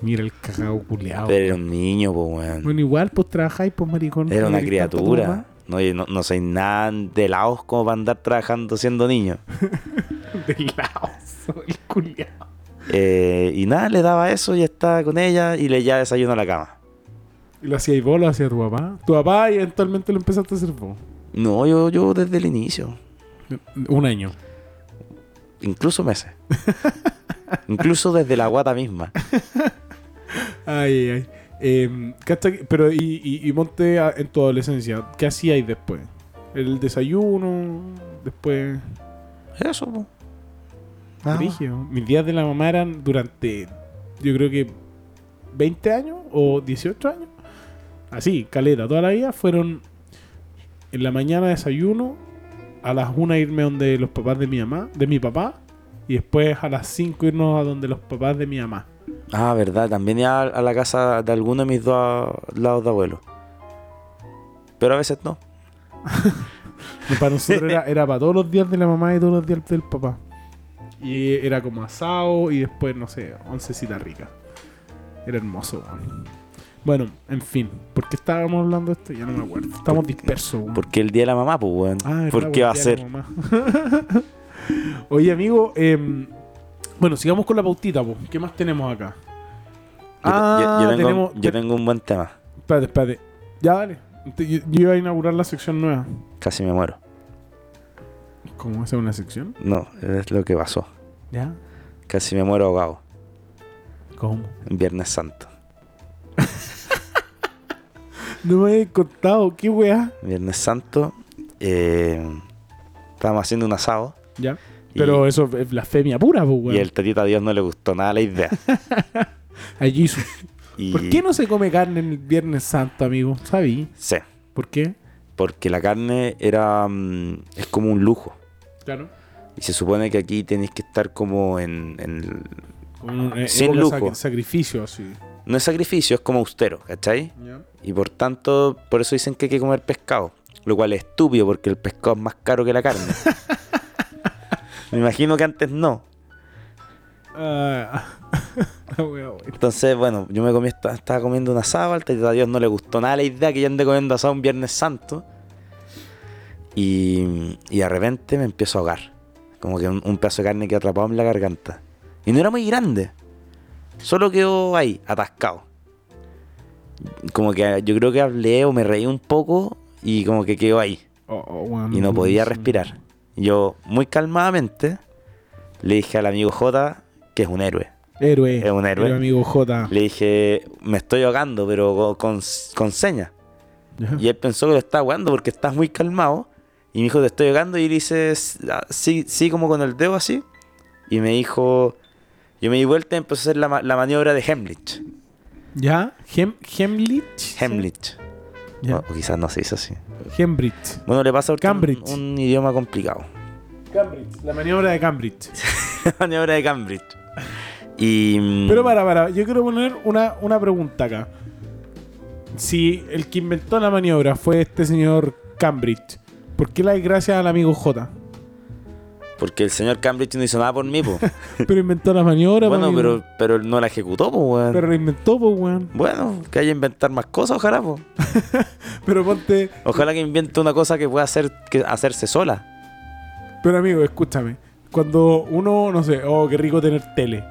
Speaker 1: Mira el cagado culeado.
Speaker 2: Pero era un niño, po, weón.
Speaker 1: Bueno, igual, pues trabajáis, pues maricón.
Speaker 2: Era una
Speaker 1: ¿Tanto tu
Speaker 2: criatura.
Speaker 1: mamá? <laughs>
Speaker 2: No, yo no, no soy nada de laos como para andar trabajando siendo niño.
Speaker 1: De lado, <laughs> el culeado.
Speaker 2: Eh, y nada, le daba eso y estaba con ella y le ya desayuno a la cama.
Speaker 1: ¿Y lo hacíais vos, lo hacía tu papá? Tu papá y eventualmente lo empezaste a hacer vos.
Speaker 2: No, yo, yo desde el inicio,
Speaker 1: Un año.
Speaker 2: incluso meses. incluso desde la guata misma.
Speaker 1: Ay, ay, ay. Em, ¿cacha que- pero, y, y, y monte a- en tu adolescencia, ¿qué hacíais después? ¿El desayuno? Después.
Speaker 2: Eso, po. Nada más.
Speaker 1: Brigio. Mis días de la mamá eran durante, yo creo que 20 años o 18 años. Así, caleta, toda la vida fueron en la mañana desayuno, a las 1 irme donde los papás de mi mamá, de mi papá, y después a las 5 irnos a donde los papás de mi mamá.
Speaker 2: Ah, verdad, también iba a, a la casa de alguno de mis dos lados de abuelo. Pero a veces no.
Speaker 1: Y Para nosotros era, era para todos los días de la mamá y todos los días del papá. Y era como asado y después, no sé, oncecita rica. Era hermoso, weón. Bueno, en fin, ¿por qué estábamos hablando de esto? Ya no me acuerdo. Estamos dispersos, weón.
Speaker 2: Porque el día de la mamá, pues, weón.
Speaker 1: Ah, verdad,
Speaker 2: ¿Por qué va a
Speaker 1: weón, día de
Speaker 2: ser?
Speaker 1: la mamá. <laughs> Oye, amigo, em, bueno, sigamos con la pautita, po. ¿qué más tenemos acá?
Speaker 2: Yo,
Speaker 1: Ah,
Speaker 2: yo- yo tengo,
Speaker 1: tenemos-
Speaker 2: yo tengo un buen tema.
Speaker 1: Espérate, espérate. Ya, dale. Te- Yo, yo iba a inaugurar la sección nueva.
Speaker 2: Casi me muero.
Speaker 1: ¿Cómo hacer una sección?
Speaker 2: No, es lo que pasó.
Speaker 1: ¿Ya?
Speaker 2: Casi me muero ahogado.
Speaker 1: ¿Cómo?
Speaker 2: En Viernes Santo.
Speaker 1: No me he contado, qué weá.
Speaker 2: Viernes Santo. eh, estábamos haciendo un asado.
Speaker 1: Ya.
Speaker 2: Y-
Speaker 1: Pero eso es blasfemia pura, pues, weón.
Speaker 2: Y el tatita a Dios no le gustó nada la idea.
Speaker 1: A Jesus. <laughs>
Speaker 2: Y,
Speaker 1: ¿Por qué no se come carne en el Viernes Santo, amigo? ¿Sabí?
Speaker 2: Sí,
Speaker 1: ¿Por qué?
Speaker 2: porque la carne era. mm, es como un lujo.
Speaker 1: Claro.
Speaker 2: Y se supone que aquí tenéis que estar como en, en-
Speaker 1: Con un, eh,
Speaker 2: Sin
Speaker 1: época
Speaker 2: lujo.
Speaker 1: sac- sacrificio, así.
Speaker 2: No es sacrificio, es como austero, ¿cachai?
Speaker 1: Ya.
Speaker 2: Y por tanto, por eso dicen que hay que comer pescado. Lo cual es estúpido porque el pescado es más caro que la carne. Me imagino que antes no.
Speaker 1: Ah, <laughs> la weá, weón.
Speaker 2: Entonces, bueno, yo me comí, esta- estaba comiendo un asado, al Tito a Dios no le gustó nada la idea que yo ande comiendo asado un Viernes Santo. Y, y de repente me empiezo a ahogar. Como que un, un pedazo de carne que atrapado en la garganta. Y no era muy grande. Solo quedó ahí, atascado. Como que yo creo que hablé o me reí un poco y como que quedó ahí.
Speaker 1: Oh, oh, weón,
Speaker 2: Y no podía
Speaker 1: durísimo.
Speaker 2: respirar. Yo, muy calmadamente, le dije al amigo J, que es un héroe.
Speaker 1: Héroe.
Speaker 2: Es un héroe.
Speaker 1: amigo J.
Speaker 2: Le dije, me estoy ahogando, pero co- con, con señas.
Speaker 1: Ya.
Speaker 2: Y él pensó que lo estaba ahogando porque estás muy calmado. Y me dijo, te estoy ahogando. Y le hice, s- ah, sí, sí, como con el dedo así. Y me dijo, yo me di vuelta y empecé a hacer la, ma- la maniobra de Hemlich.
Speaker 1: ¿Ya? Hem, Hemlich.
Speaker 2: Hemlich. Ah.
Speaker 1: Ya.
Speaker 2: O, o quizás no se hizo así.
Speaker 1: Hembridge.
Speaker 2: Bueno, le pasa ahorita un,
Speaker 1: Cambridge.
Speaker 2: un idioma complicado. <laughs>
Speaker 1: Cambridge. La maniobra de Cambridge.
Speaker 2: la maniobra de Cambridge. Y. mm,
Speaker 1: Pero para, para, yo quiero poner una, una pregunta acá. Si el que inventó la maniobra fue este señor Cambridge, ¿por qué la desgracia al amigo J?
Speaker 2: Porque el señor Cambridge no hizo nada por mí, po.
Speaker 1: <laughs> Pero inventó la maniobra,
Speaker 2: bueno,
Speaker 1: po,
Speaker 2: pero, pero él no la ejecutó, po, weón.
Speaker 1: pero la inventó, pues, weón.
Speaker 2: Bueno, que haya inventar más cosas, ojalá, po.
Speaker 1: Pero ponte,
Speaker 2: Ojalá que invente una cosa que pueda hacer, que hacerse sola.
Speaker 1: pero amigo, escúchame. Cuando uno, no sé, oh, qué rico tener tele.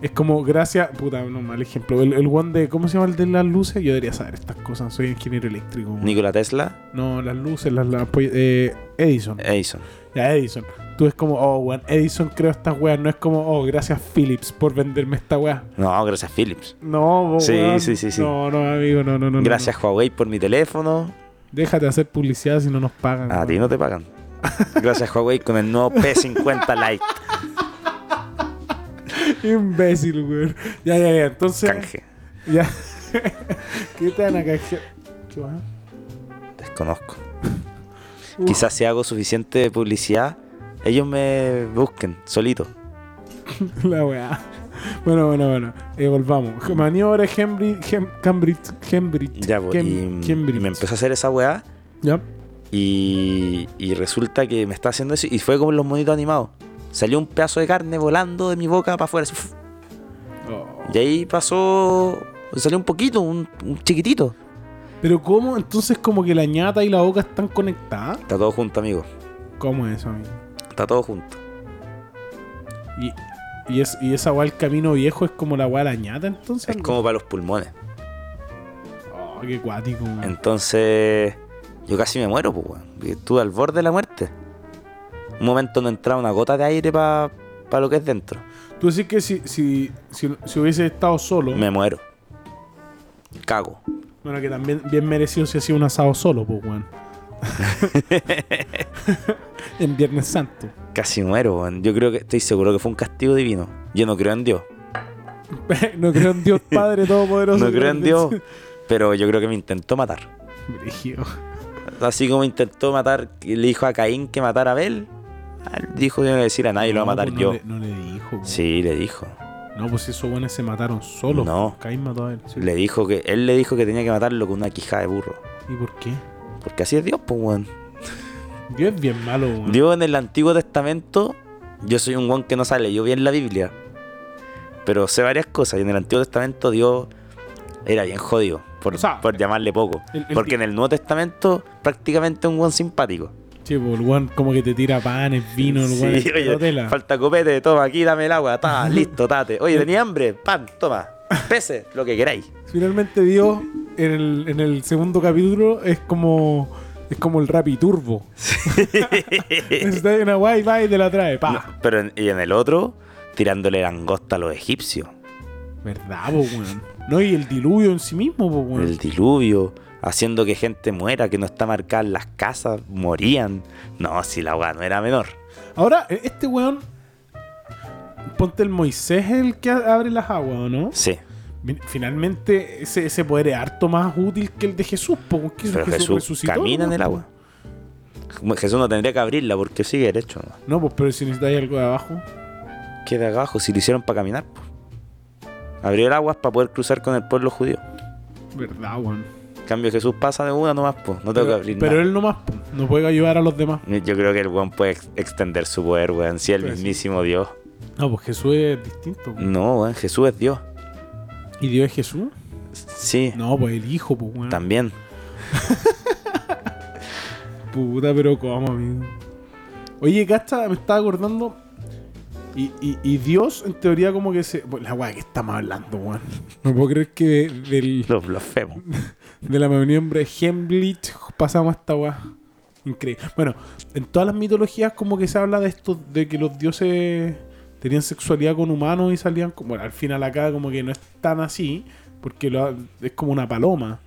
Speaker 1: Es como, gracias, puta, no mal ejemplo. El, el one de, ¿cómo se llama el de las luces? Yo debería saber estas cosas, soy ingeniero eléctrico. weón.
Speaker 2: Nikola Tesla,
Speaker 1: No, las luces, las, las ampollas- eh, Edison.
Speaker 2: Edison.
Speaker 1: Ya, Edison. Tú es como, oh, weón, Edison creó estas weas. No es como, oh, gracias Philips por venderme esta wea.
Speaker 2: No, gracias Philips.
Speaker 1: No, vos,
Speaker 2: Sí,
Speaker 1: weón.
Speaker 2: sí, sí, sí.
Speaker 1: No, no, amigo, no, no, no. no,
Speaker 2: Gracias Huawei por mi teléfono.
Speaker 1: no. Déjate hacer publicidad si no nos pagan.
Speaker 2: A
Speaker 1: weón.
Speaker 2: ti no te
Speaker 1: <laughs>
Speaker 2: pagan. Gracias Huawei con el nuevo P50 Lite.
Speaker 1: Imbécil, weón. Ya, ya, ya. Entonces.
Speaker 2: Canje.
Speaker 1: Ya. <laughs> ¿Qué te van a canjear? ¿Qué más?
Speaker 2: Desconozco.
Speaker 1: Uf.
Speaker 2: Quizás si hago suficiente publicidad, ellos me busquen solito.
Speaker 1: La weá. Bueno, bueno, bueno. Eh, volvamos. Maniobra Cambridge. Cambridge. Cambridge.
Speaker 2: Ya, pues, y,
Speaker 1: Cam- Cambridge.
Speaker 2: y me empezó a hacer esa weá.
Speaker 1: Ya.
Speaker 2: Y, y resulta que me está haciendo eso. Y fue como en los monitos animados. Salió un pedazo de carne volando de mi boca para afuera. así, ¡fuf!
Speaker 1: Oh.
Speaker 2: Y ahí pasó. Salió un poquito, un, un chiquitito.
Speaker 1: Pero, ¿cómo? Entonces, como que la ñata y la boca están conectadas.
Speaker 2: Está todo junto, amigo.
Speaker 1: ¿Cómo es eso, amigo?
Speaker 2: Está todo junto.
Speaker 1: Y, y, es, y esa weá del camino viejo es como la weá de la ñata, entonces.
Speaker 2: Es
Speaker 1: algo?
Speaker 2: como para los pulmones.
Speaker 1: Oh, qué cuático, weón.
Speaker 2: Entonces. Yo casi me muero, pues, weón. Porque Estuve al borde de la muerte. Un momento no entraba una gota de aire para lo que es dentro.
Speaker 1: Tú decís que si, si, si, si hubiese estado solo.
Speaker 2: Me muero. Cago.
Speaker 1: Bueno, que también bien merecido si hacía un asado solo, pues,
Speaker 2: <laughs>
Speaker 1: weón. en Viernes Santo. <laughs>
Speaker 2: Casi muero, weón. Yo creo que estoy seguro que fue un castigo divino. Yo no creo en Dios.
Speaker 1: no creo en Dios Padre Todopoderoso.
Speaker 2: No creo en
Speaker 1: <laughs>
Speaker 2: Dios, pero yo creo que me intentó matar.
Speaker 1: Brígido.
Speaker 2: Así como intentó matar, le dijo a Caín que matara a Abel, al- dijo que no le decir a nadie, lo va a
Speaker 1: No,
Speaker 2: matar
Speaker 1: pues,
Speaker 2: yo.
Speaker 1: No le, no le dijo. weón.
Speaker 2: Sí, le dijo.
Speaker 1: No, pues esos weones se mataron solos.
Speaker 2: No.
Speaker 1: Caín mató a él.
Speaker 2: Le dijo que él le dijo que tenía que matarlo con una quijada de burro.
Speaker 1: ¿Y por qué?
Speaker 2: Porque así es Dios, pues, weón.
Speaker 1: Dios es bien malo, weón.
Speaker 2: Dios en el Antiguo Testamento, yo soy un weón que no sale, yo vi en la Biblia. Pero sé varias cosas, y en el Antiguo Testamento Dios era bien jodido, por,
Speaker 1: O sea,
Speaker 2: por llamarle poco.
Speaker 1: el- el
Speaker 2: Porque
Speaker 1: di-
Speaker 2: en el Nuevo Testamento prácticamente un weón simpático.
Speaker 1: Sí, pues el weón como que te tira panes, vino, el weón.
Speaker 2: Sí,
Speaker 1: es
Speaker 2: oye,
Speaker 1: tela.
Speaker 2: falta copete, toma aquí, dame el agua,
Speaker 1: <laughs>
Speaker 2: ta, listo, tate. Oye, tenía hambre, pan, toma, peces, lo que queráis.
Speaker 1: Finalmente Dios en el, en el segundo capítulo es como es como el Rapiturbo. <laughs> Necesitas una guay, va y te la trae. Pa.
Speaker 2: No, pero en, y en el otro, tirándole langosta a los egipcios,
Speaker 1: ¿Verdad, po, weón? No, y el diluvio en sí mismo, po, weón.
Speaker 2: el diluvio, haciendo que gente muera, que no está marcada en las casas, morían. No, si la agua no era menor.
Speaker 1: Ahora, e- este weón. Ponte el Moisés es el que a- abre las aguas, ¿o no?
Speaker 2: Sí,
Speaker 1: Min- Finalmente, ese, ese poder es harto más útil que el de Jesús, po, weón, que
Speaker 2: pero Jesús,
Speaker 1: resucitó,
Speaker 2: camina en
Speaker 1: ¿no?
Speaker 2: el agua. Jesús no tendría que abrirla porque sigue derecho. ¿no?
Speaker 1: No, pues, pero si necesitáis algo de abajo.
Speaker 2: Queda abajo, si lo hicieron para caminar. po. Abrió el agua para poder cruzar con el pueblo judío.
Speaker 1: ¿Verdad, weón?
Speaker 2: En cambio, Jesús pasa de una nomás, pues. No tengo que
Speaker 1: Pero,
Speaker 2: abrir
Speaker 1: pero
Speaker 2: nada.
Speaker 1: él nomás po, no puede ayudar a los demás.
Speaker 2: Yo creo que el weón puede ex- extender su poder, weón. Si el
Speaker 1: Pues sí.
Speaker 2: mismísimo Dios.
Speaker 1: No, pues Jesús es distinto. po.
Speaker 2: No, weón, Jesús es Dios.
Speaker 1: ¿Y Dios es Jesús?
Speaker 2: Sí,
Speaker 1: No, pues el hijo, pues, weón.
Speaker 2: también.
Speaker 1: Puta, pero cómo, amigo. Oye, Casta, me estaba acordando. Y, y- y Dios, en teoría, como que se. Bueno, la weá que estamos hablando, weón. No puedo creer que de, del- <laughs>
Speaker 2: Los blasfemos.
Speaker 1: de la maniobra de Hemlich pasamos a esta weá. Increíble. Bueno, en todas las mitologías, como que se habla de esto, de que los dioses tenían sexualidad con humanos y salían como bueno, al final acá como que no es tan así porque lo ha- es como una paloma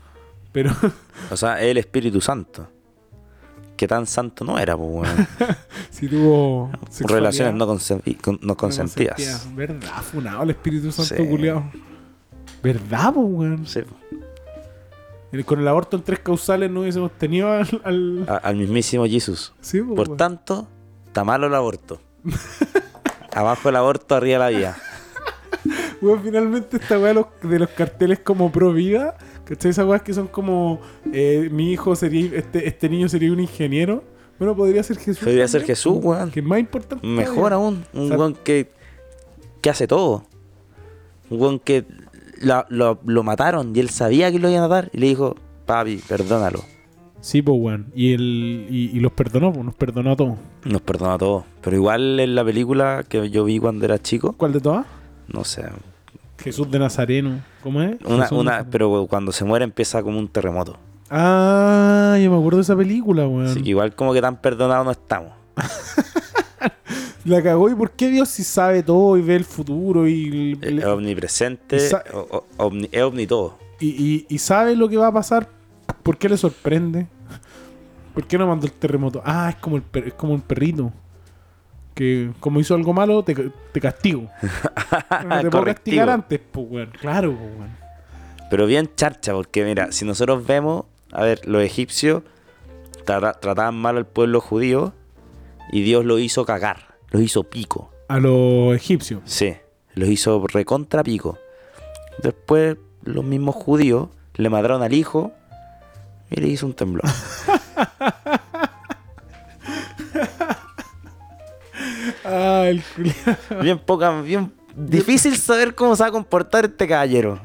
Speaker 1: pero <laughs>
Speaker 2: O sea, el Espíritu Santo. Que tan santo no era, pues,
Speaker 1: <laughs>
Speaker 2: weón.
Speaker 1: si tuvo sexualidad,
Speaker 2: Relaciones no, consen- con- no consentidas.
Speaker 1: consentía. verdad funado el Espíritu Santo
Speaker 2: Sí.
Speaker 1: culiao. verdad po, weón?
Speaker 2: Sí, po.
Speaker 1: El- con el aborto en tres causales no hubiésemos tenido al, al-
Speaker 2: A- al mismísimo Jesús.
Speaker 1: sí, po,
Speaker 2: Por
Speaker 1: Uh, weón.
Speaker 2: tanto, está malo el aborto. Abajo el aborto, arriba la vida.
Speaker 1: Weón, finalmente esta weá de los- de los carteles como pro vida, ¿cachai? Esas weas que son como eh, mi hijo sería, este, este niño sería un ingeniero. Bueno, podría ser Jesús.
Speaker 2: Podría ser
Speaker 1: también,
Speaker 2: Jesús,
Speaker 1: po,
Speaker 2: weón.
Speaker 1: Que es más importante.
Speaker 2: Mejor aún, un
Speaker 1: Sal-
Speaker 2: weón que, que hace todo. Un weón que la- lo, lo mataron y él sabía que lo iban a matar y le dijo, papi, perdónalo.
Speaker 1: Sí, pues weón. Y, el, y, y los perdonó, pues nos perdonó a todos.
Speaker 2: Nos perdonó a todos. Pero igual en la película que yo vi cuando era chico,
Speaker 1: ¿Cuál de todas?
Speaker 2: no sé.
Speaker 1: Jesús de Nazareno. ¿Cómo es?
Speaker 2: Una,
Speaker 1: Jesús de
Speaker 2: una,
Speaker 1: Nazareno.
Speaker 2: pero cuando se muere empieza como un terremoto.
Speaker 1: Ah, yo me acuerdo de esa película, weón.
Speaker 2: Así que igual como que tan perdonados no estamos.
Speaker 1: La cagó. ¿Y por qué Dios si sabe todo y ve el futuro y,
Speaker 2: Es
Speaker 1: le-
Speaker 2: omnipresente,
Speaker 1: Esa-
Speaker 2: o- o- omni- es omni todo.
Speaker 1: y, y- y sabe lo que va a pasar, ¿por qué le sorprende? ¿Por qué no mandó el terremoto? Ah, es como el, per- es como el perrito. Que como hizo algo malo, te, ca- te castigo. No te puedo
Speaker 2: Correctivo.
Speaker 1: castigar antes, pues, weón. Claro, pues, weón.
Speaker 2: Pero bien charcha, porque mira, si nosotros vemos, a ver, los egipcios trata- trataban mal al pueblo judío y Dios lo hizo cagar, los hizo pico.
Speaker 1: A los egipcios.
Speaker 2: Sí, los hizo recontra pico. Después los mismos judíos le mataron al hijo y le hizo un temblor.
Speaker 1: Ah, el culiao.
Speaker 2: Bien poca, bien difícil saber cómo se va a comportar este caballero.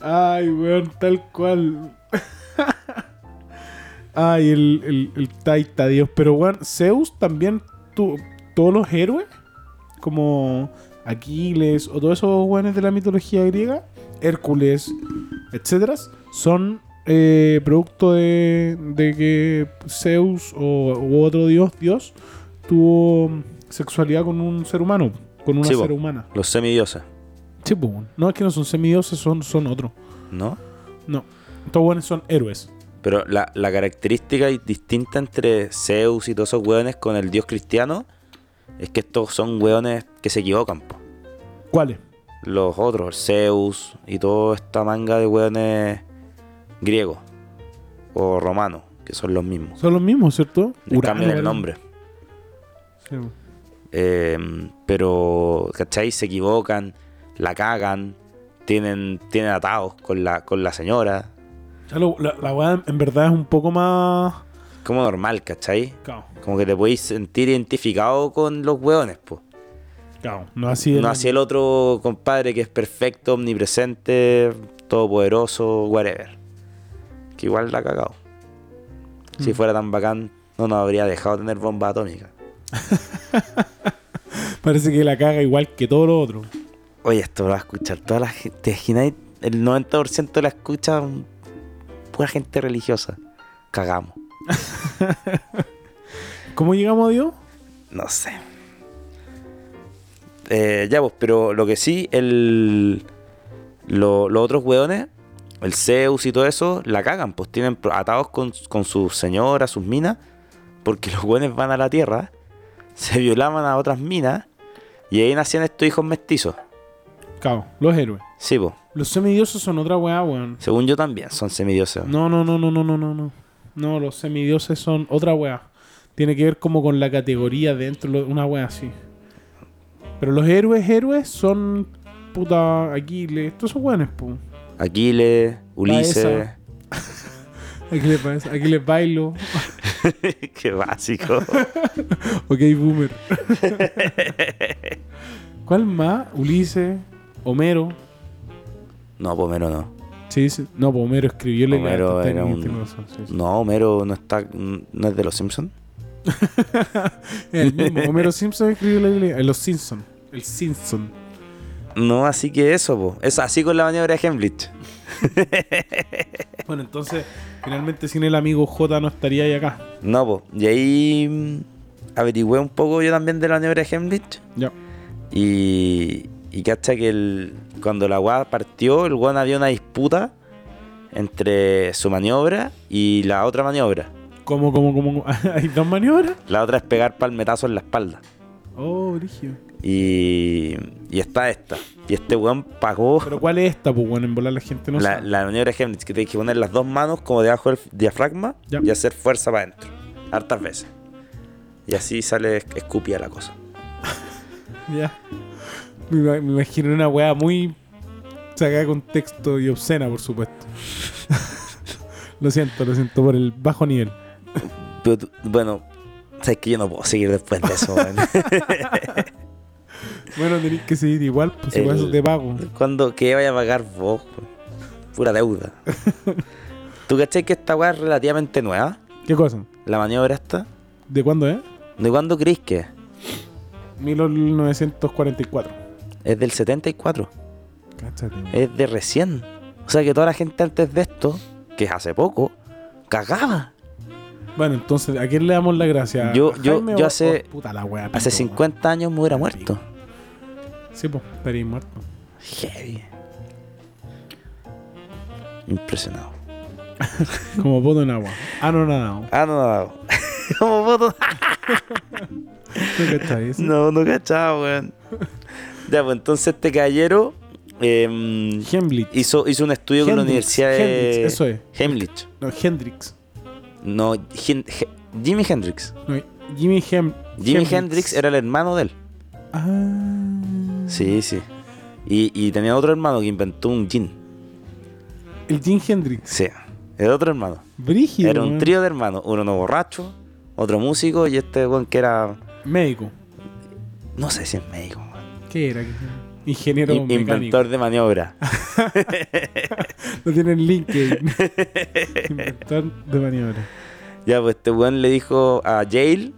Speaker 1: Ay, weón, tal cual. <laughs> Ay, el, el, el Taita Dios. Pero, weón, Zeus también, tu- todos los héroes, como Aquiles o todos esos weones de la mitología griega, Hércules, etcétera, son eh, producto de, de que Zeus o u otro dios, Dios, tuvo sexualidad con un ser humano, con una
Speaker 2: Sí, po.
Speaker 1: ser humana.
Speaker 2: Los semidioses,
Speaker 1: Sí, pues, weón. no es que no son semidioses, son, son otros.
Speaker 2: ¿no?
Speaker 1: No. Estos buenos son héroes.
Speaker 2: Pero la, la característica y distinta entre Zeus y todos esos hueones con el dios cristiano es que estos son hueones que se equivocan. po.
Speaker 1: ¿Cuáles?
Speaker 2: Los otros, Zeus y toda esta manga de hueones griegos o romanos, que son los mismos.
Speaker 1: Son los mismos, ¿cierto?
Speaker 2: Le cambian el
Speaker 1: parece.
Speaker 2: nombre.
Speaker 1: Sí.
Speaker 2: Eh, pero, ¿cachai? Se equivocan, la cagan, tienen, tienen atados con la, con la señora.
Speaker 1: Ya lo- la, la weá en verdad es un poco más.
Speaker 2: Como normal, ¿cachai?
Speaker 1: Cao,
Speaker 2: Como que te podéis sentir identificado con los hueones, pues.
Speaker 1: cao. No así. el-
Speaker 2: No así el otro compadre que es perfecto, omnipresente, todopoderoso, whatever. Que igual la ha cagado. Si fuera tan bacán, no nos habría dejado tener bomba atómica.
Speaker 1: Parece que la caga igual que todo lo otro.
Speaker 2: Oye, esto lo va a escuchar toda la gente. ¿Te imagináis? El 90% de la escucha mm, pura gente religiosa. Cagamos.
Speaker 1: ¿Cómo llegamos a Dios?
Speaker 2: No sé. Eh, ya, pues, pero lo que sí, el. lo- los otros hueones, el Zeus y todo eso, la cagan, pues tienen pro- atados con, con sus señoras, sus minas, porque <laughs> los hueones van a la tierra, se violaban a otras minas, y ahí nacían estos hijos mestizos.
Speaker 1: Cao, los héroes.
Speaker 2: Sí, pues,
Speaker 1: Los semidioses son otra weá, weón.
Speaker 2: según yo también son semidioses.
Speaker 1: No, no, no, no, no, no, no, no. No, los semidioses son otra weá. Tiene que ver como con la categoría dentro de una weá así. Pero los héroes, héroes son puta Aquiles, todos esos weones, po.
Speaker 2: Aquiles, Ulises.
Speaker 1: Aquí les, pa- aquí les bailo.
Speaker 2: <laughs> Qué básico.
Speaker 1: Ok,
Speaker 2: <laughs>
Speaker 1: boomer. ¿Cuál más? Ulises, Homero.
Speaker 2: No, pues, Homero no.
Speaker 1: Sí, sí. No, pues Homero escribió la
Speaker 2: Homero
Speaker 1: la-
Speaker 2: era un-
Speaker 1: tiene razón, este sí,
Speaker 2: <laughs>
Speaker 1: sí.
Speaker 2: No, Homero no está. ¿No es de los Simpsons?
Speaker 1: Era el mismo. Homero Simpson escribió la Biblia. Eh, Los Simpson. El Simpson.
Speaker 2: No, así que eso, po. Es así con la maniobra de Hemlich.
Speaker 1: Bueno, entonces, finalmente sin el amigo J no estaría ahí acá.
Speaker 2: No, po. Y ahí. mm, averigüé un poco yo también de la neura de Hemlich.
Speaker 1: Ya.
Speaker 2: Y, y cacha que el, cuando la weá partió, el weón había una disputa entre su maniobra y la otra maniobra.
Speaker 1: ¿Cómo, cómo, cómo? <laughs> ¿Hay dos maniobras?
Speaker 2: La otra es pegar palmetazo en la espalda.
Speaker 1: Oh, brígido.
Speaker 2: Y, y está esta. Y este weón pagó
Speaker 1: ¿Pero cuál es esta? Pues bueno, en volar la gente no
Speaker 2: la,
Speaker 1: sabe.
Speaker 2: la maniobra de Hemlich, que tenés que poner las dos manos como debajo del diafragma
Speaker 1: Ya.
Speaker 2: y hacer fuerza para adentro. Hartas veces. Y así sale esc- escupida la cosa.
Speaker 1: Ya. Me, ima- me imagino una weá muy sacada de contexto y obscena, por supuesto. <laughs> lo siento, lo siento por el bajo nivel.
Speaker 2: Pero tú- bueno, sabes que yo no puedo seguir después de eso, weón.
Speaker 1: Bueno, tenéis que seguir igual, pues si
Speaker 2: El-
Speaker 1: vas de pago.
Speaker 2: <laughs> ¿Cuándo que vaya a pagar vos? weón? Pura deuda. ¿Tú caché que esta weá es relativamente nueva?
Speaker 1: ¿Qué cosa?
Speaker 2: La maniobra esta.
Speaker 1: ¿De cuándo es?
Speaker 2: ¿De cuándo crees que es?
Speaker 1: 1944.
Speaker 2: Es del 74.
Speaker 1: Cáchate.
Speaker 2: Es de recién. O sea que toda la gente antes de esto, que es hace poco, cagaba.
Speaker 1: Bueno, entonces, ¿a quién le damos la gracia? ¿A
Speaker 2: Yo- yo-
Speaker 1: Jaime
Speaker 2: yo
Speaker 1: o-
Speaker 2: hace-
Speaker 1: o- puta la wea,
Speaker 2: Hace
Speaker 1: pico,
Speaker 2: 50 años me hubiera
Speaker 1: Pico.
Speaker 2: muerto.
Speaker 1: weón. Sí, pues, estaría muerto.
Speaker 2: Heavy. Impresionado.
Speaker 1: Como voto en agua. Ah, no, nada. No,
Speaker 2: Ah, no, no, <laughs> no. Como foto.
Speaker 1: ¿Tú cachai
Speaker 2: <laughs>
Speaker 1: eso?
Speaker 2: No, no cachaba, weón. Ya, pues entonces este caballero em,
Speaker 1: Hemlich.
Speaker 2: hizo, hizo un estudio con la
Speaker 1: Hendrix,
Speaker 2: Universidad de.
Speaker 1: Hendrix, eso es.
Speaker 2: Hemlich.
Speaker 1: No, Hendrix.
Speaker 2: No, Gen- Ge- Jimi Hendrix.
Speaker 1: No, Jimmy Hem
Speaker 2: Jimi Hendrix era el hermano de él.
Speaker 1: Ah.
Speaker 2: Sí, sí. Y, y tenía otro hermano que inventó un gin.
Speaker 1: El Jim Hendrix.
Speaker 2: Sí, el otro hermano.
Speaker 1: Brígido.
Speaker 2: Era un
Speaker 1: weón.
Speaker 2: trío de hermanos. Uno no borracho, otro músico y este weón que era.
Speaker 1: Médico.
Speaker 2: No sé si es médico, weón.
Speaker 1: ¿Qué era? Ingeniero
Speaker 2: In-
Speaker 1: mecánico.
Speaker 2: Inventor de maniobra.
Speaker 1: Lo tienen LinkedIn.
Speaker 2: <laughs>
Speaker 1: Inventor de maniobra.
Speaker 2: ya, pues este weón le dijo a Yale,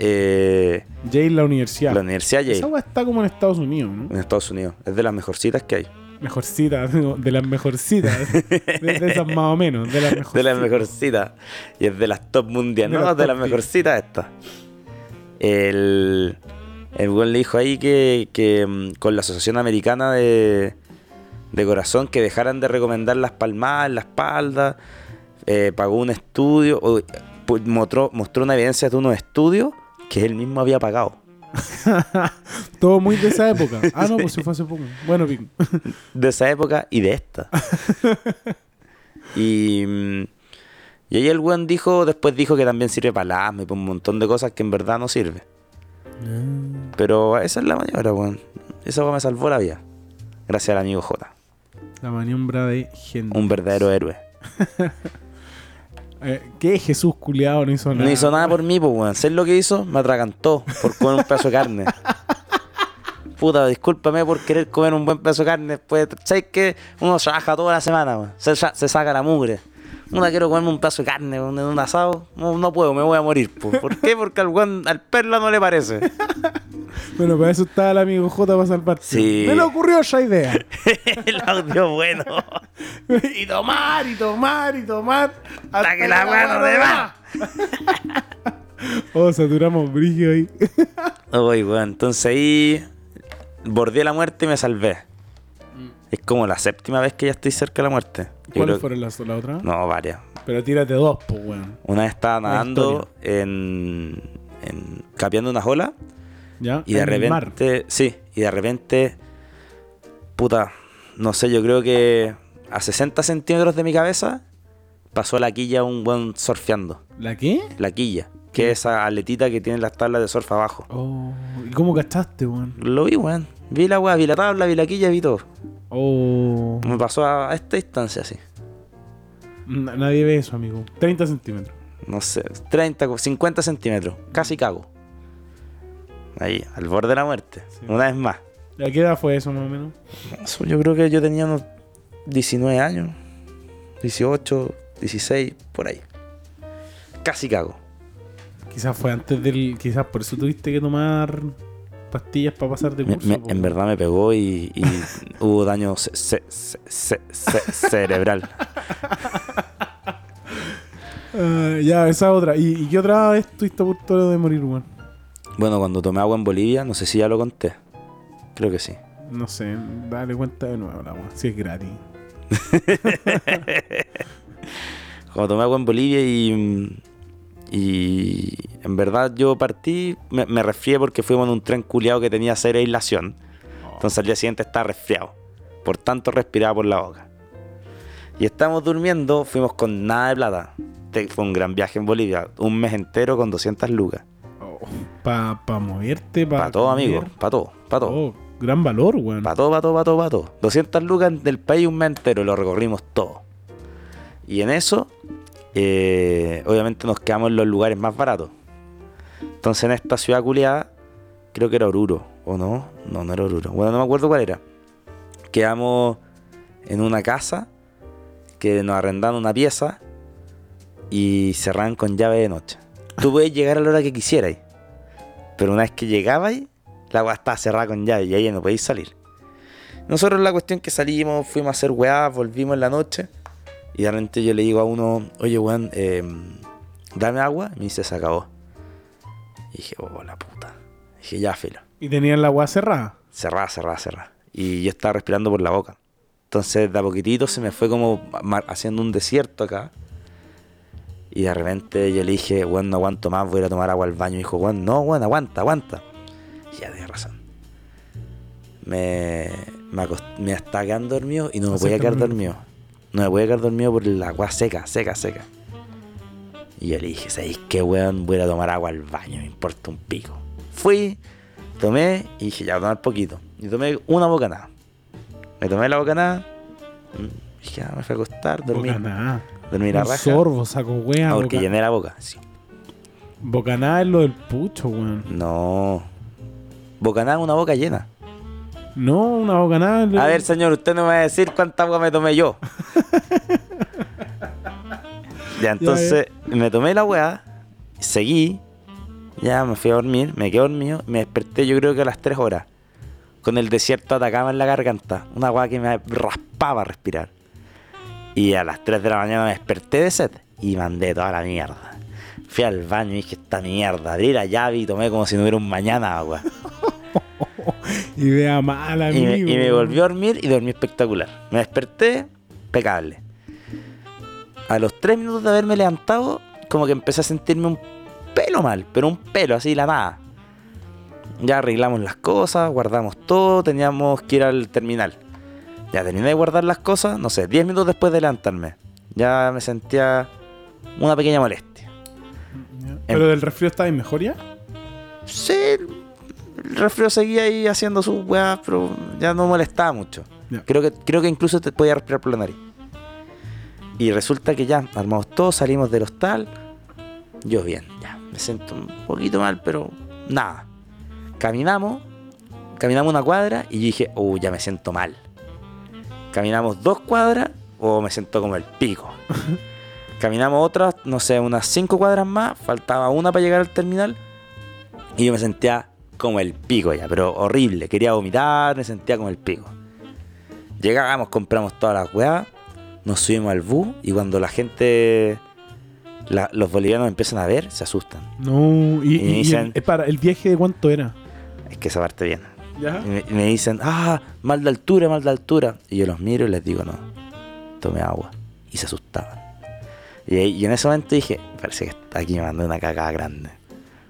Speaker 2: eh,
Speaker 1: Yale, la universidad.
Speaker 2: la Universidad
Speaker 1: Esa
Speaker 2: Yale,
Speaker 1: weá está como en Estados Unidos, ¿no?
Speaker 2: en Estados Unidos. Es de las mejorcitas que hay.
Speaker 1: Mejorcita, <laughs> digo, de las mejorcitas. De, de esas más o menos, de las mejorcitas.
Speaker 2: De las mejorcitas. Y es de las top mundial.
Speaker 1: De
Speaker 2: no,
Speaker 1: las
Speaker 2: de
Speaker 1: top
Speaker 2: las mejorcitas esta. El. El buen le dijo ahí que, que, mm, con la Asociación Americana de, de Corazón que dejaran de recomendar las palmadas en la espalda. Eh, pagó un estudio. o, eh, pu- mostró, mostró una evidencia de unos estudios que él mismo había pagado.
Speaker 1: Todo muy de esa época. Ah, no, pues se fue hace poco. Bueno, pico.
Speaker 2: de esa época y de esta. y, mm, y ahí el weón dijo, después dijo que también sirve para asma y para un montón de cosas que en verdad no sirve. Pero esa es la maniobra, weón. Esa weón me salvó la vida. Gracias al amigo J.
Speaker 1: La maniobra de gente.
Speaker 2: Un verdadero héroe.
Speaker 1: Eh, ¿Qué Jesús culiado no hizo nada?
Speaker 2: No hizo nada por mí, pues weón. ¿Sabes lo que hizo? Me atragantó por comer un pedazo de carne. Puta, discúlpame por querer comer un buen pedazo de carne. Pues, ¿sabes que Uno trabaja toda la semana, weón. Se, sa- se saca la mugre. Una quiero comerme un pedazo de carne, weón, en un asado. No, no puedo, me voy a morir. po. ¿Por qué? Porque al, weón- al perla no le parece. <laughs>
Speaker 1: Bueno, para eso estaba el amigo J para salvarte.
Speaker 2: Sí.
Speaker 1: Me le ocurrió esa idea.
Speaker 2: El audio bueno.
Speaker 1: <laughs> y tomar, y tomar, y tomar.
Speaker 2: Hasta que la weá no te va.
Speaker 1: <laughs> Oh, saturamos brillo ahí.
Speaker 2: Oye, weón. Entonces ahí bordeé la muerte y me salvé.
Speaker 1: Mm.
Speaker 2: Es como la séptima vez que ya estoy cerca de la muerte. Yo
Speaker 1: ¿Cuáles
Speaker 2: creo-
Speaker 1: fueron las la otra?
Speaker 2: No, varias.
Speaker 1: Pero tírate dos, pues, weón.
Speaker 2: Una vez estaba
Speaker 1: Una
Speaker 2: nadando en, en. capeando unas olas.
Speaker 1: ¿Ya?
Speaker 2: Y de
Speaker 1: En el mar.
Speaker 2: repente. Sí, y de repente. Puta, no sé, yo creo que a 60 centímetros de mi cabeza pasó la quilla un buen surfeando.
Speaker 1: ¿La qué?
Speaker 2: La quilla, que es esa aletita que tienen las tablas de surf abajo.
Speaker 1: Oh, ¿y cómo cachaste, weón?
Speaker 2: Lo vi, weón. Vi la weá, vi la tabla, vi la quilla, vi todo.
Speaker 1: Oh,
Speaker 2: Me pasó a, a esta distancia así.
Speaker 1: na- nadie ve eso, amigo. 30 centímetros.
Speaker 2: No sé, 30, 50 centímetros. Casi cago. Ahí, al borde de la muerte.
Speaker 1: Sí.
Speaker 2: Una vez más.
Speaker 1: ¿A qué edad fue eso, más o menos?
Speaker 2: Eso, Yo creo que yo tenía unos 19 años, 18, 16, por ahí. Casi cago.
Speaker 1: Quizás fue antes del. Quizás por eso tuviste que tomar pastillas para pasar de
Speaker 2: Me-
Speaker 1: curso.
Speaker 2: me-
Speaker 1: po,
Speaker 2: en
Speaker 1: weón.
Speaker 2: verdad me pegó y, y hubo daño ce- ce- ce- ce- ce- cerebral.
Speaker 1: Eh, Ah, ya, esa otra. ¿Y, y qué otra vez estuviste a punto de morir, weón?
Speaker 2: Bueno, cuando tomé agua en Bolivia, no sé si ya lo conté. Creo que sí.
Speaker 1: No sé, dale cuenta de nuevo la weá, si es gratis.
Speaker 2: Cuando tomé agua en Bolivia y. mm, Y. En verdad yo partí, me, me resfrié porque fuimos en un tren culiado que tenía cero aislación. Entonces al día siguiente estaba resfriado. Por tanto respiraba por la boca. Y estábamos durmiendo, fuimos con nada de plata. Te- Fue un gran viaje en Bolivia, un mes entero con 200 lucas.
Speaker 1: Para pa moverte, para.
Speaker 2: Para Oh. todo, amigo, para todo, para todo.
Speaker 1: Oh, gran valor, weón.
Speaker 2: Pa' todo, pa' todo, pa' todo, pa' todo. 200 lucas del país un mes entero, lo recorrimos todo. Y en eso, eh, obviamente nos quedamos en los lugares más baratos. Entonces en esta ciudad culiada, creo que era Oruro, ¿o no? No, no era Oruro. Bueno, no me acuerdo cuál era. Quedamos en una casa que nos arrendaron una pieza y cerraban con llave de noche. Tú podías llegar a la hora que quisieras, pero una vez que llegabas, la agua estaba cerrada con llave y ahí ya no podías salir. Nosotros la cuestión que salimos, fuimos a hacer weá, volvimos en la noche. Y de repente yo le digo a uno, oye weón, eh, dame agua. Y me dice, se acabó. Y dije, oh la puta. dije, ya, filo.
Speaker 1: Y tenían la weá cerrada.
Speaker 2: Cerrá, cerrá, cerrá. Y yo estaba respirando por la boca. Entonces, de a poquitito se me fue como mar- haciendo un desierto acá. Y de repente yo le dije, weón, no aguanto más, voy a ir a tomar agua al baño. Y dijo, weón, no, weón, aguanta, aguanta. Y ya tenía razón. Me, me, acost- me estaba quedando dormido y no me podía quedar
Speaker 1: Acércame.
Speaker 2: dormido. No me podía quedar dormido por el agua seca, seca, seca. Y yo le dije, ¿sabéis qué, weón? Voy a ir a tomar agua al baño, me importa un pico. Fui, tomé y dije, ya voy a tomar poquito. Y tomé una bocanada. Me tomé la bocanada. mm, Dije, ah, me fui a acostar, dormí.
Speaker 1: Bocaná.
Speaker 2: Dormí la
Speaker 1: Un
Speaker 2: raja.
Speaker 1: sorbo, saco weá.
Speaker 2: Ah, porque
Speaker 1: boca-
Speaker 2: llené la boca. Sí.
Speaker 1: Bocaná es lo del pucho, weón.
Speaker 2: No. Bocanada, una boca llena.
Speaker 1: No, una bocaná. es lo-
Speaker 2: A ver, señor, usted no me va a decir cuánta agua me tomé yo. ya, entonces me tomé la weá, seguí, ya me fui a dormir, me quedé dormido, me desperté yo creo que a las 3 horas, con el desierto atacaba en la garganta, una weá que me raspaba respirar. Y a las 3 de la mañana me desperté de sed y mandé toda la mierda. Fui al baño y dije, esta mierda, abrí la llave y tomé como si no hubiera un mañana agua.
Speaker 1: Idea mala,
Speaker 2: Y
Speaker 1: amigo.
Speaker 2: me, y me
Speaker 1: weón.
Speaker 2: volvió a dormir y dormí espectacular. Me desperté, impecable. A los tres minutos de haberme levantado, como que empecé a sentirme un pelo mal, pero un pelo, así la nada. Ya arreglamos las cosas, guardamos todo, teníamos que ir al terminal. Ya terminé de guardar las cosas, no sé, 10 minutos después de levantarme. Ya me sentía una pequeña molestia.
Speaker 1: Ya. Pero del resfrío estáis mejor ya.
Speaker 2: Sí, el resfrío seguía ahí haciendo sus weas, pero ya no molestaba mucho.
Speaker 1: Ya.
Speaker 2: Creo que, creo que incluso te podía respirar por la nariz. Y resulta que ya, armamos todos, salimos del hostal. Yo bien, ya. Me siento un poquito mal, pero nada. Caminamos, caminamos una cuadra y yo dije, oh, ya me siento mal. Caminamos dos cuadras o me siento como el pico. caminamos otras, no sé, unas cinco cuadras más. Faltaba una para llegar al terminal. Y yo me sentía como el pico ya, pero horrible. Quería vomitar, me sentía como el pico. Llegábamos, compramos todas las weas, nos subimos al bus y cuando la gente, la- los bolivianos empiezan a ver, se asustan.
Speaker 1: No, y, y-
Speaker 2: Y
Speaker 1: y
Speaker 2: dicen-
Speaker 1: el, eh, para, ¿el viaje de cuánto era?
Speaker 2: Es que esa parte viene.
Speaker 1: ¿Ya?
Speaker 2: Y me, y me dicen, ah, mal de altura, mal de altura. Y yo los miro y les digo, no, tome agua. Y se asustaban. Y, ahí- y en ese momento dije, parece que aquí me mandó una cagada grande.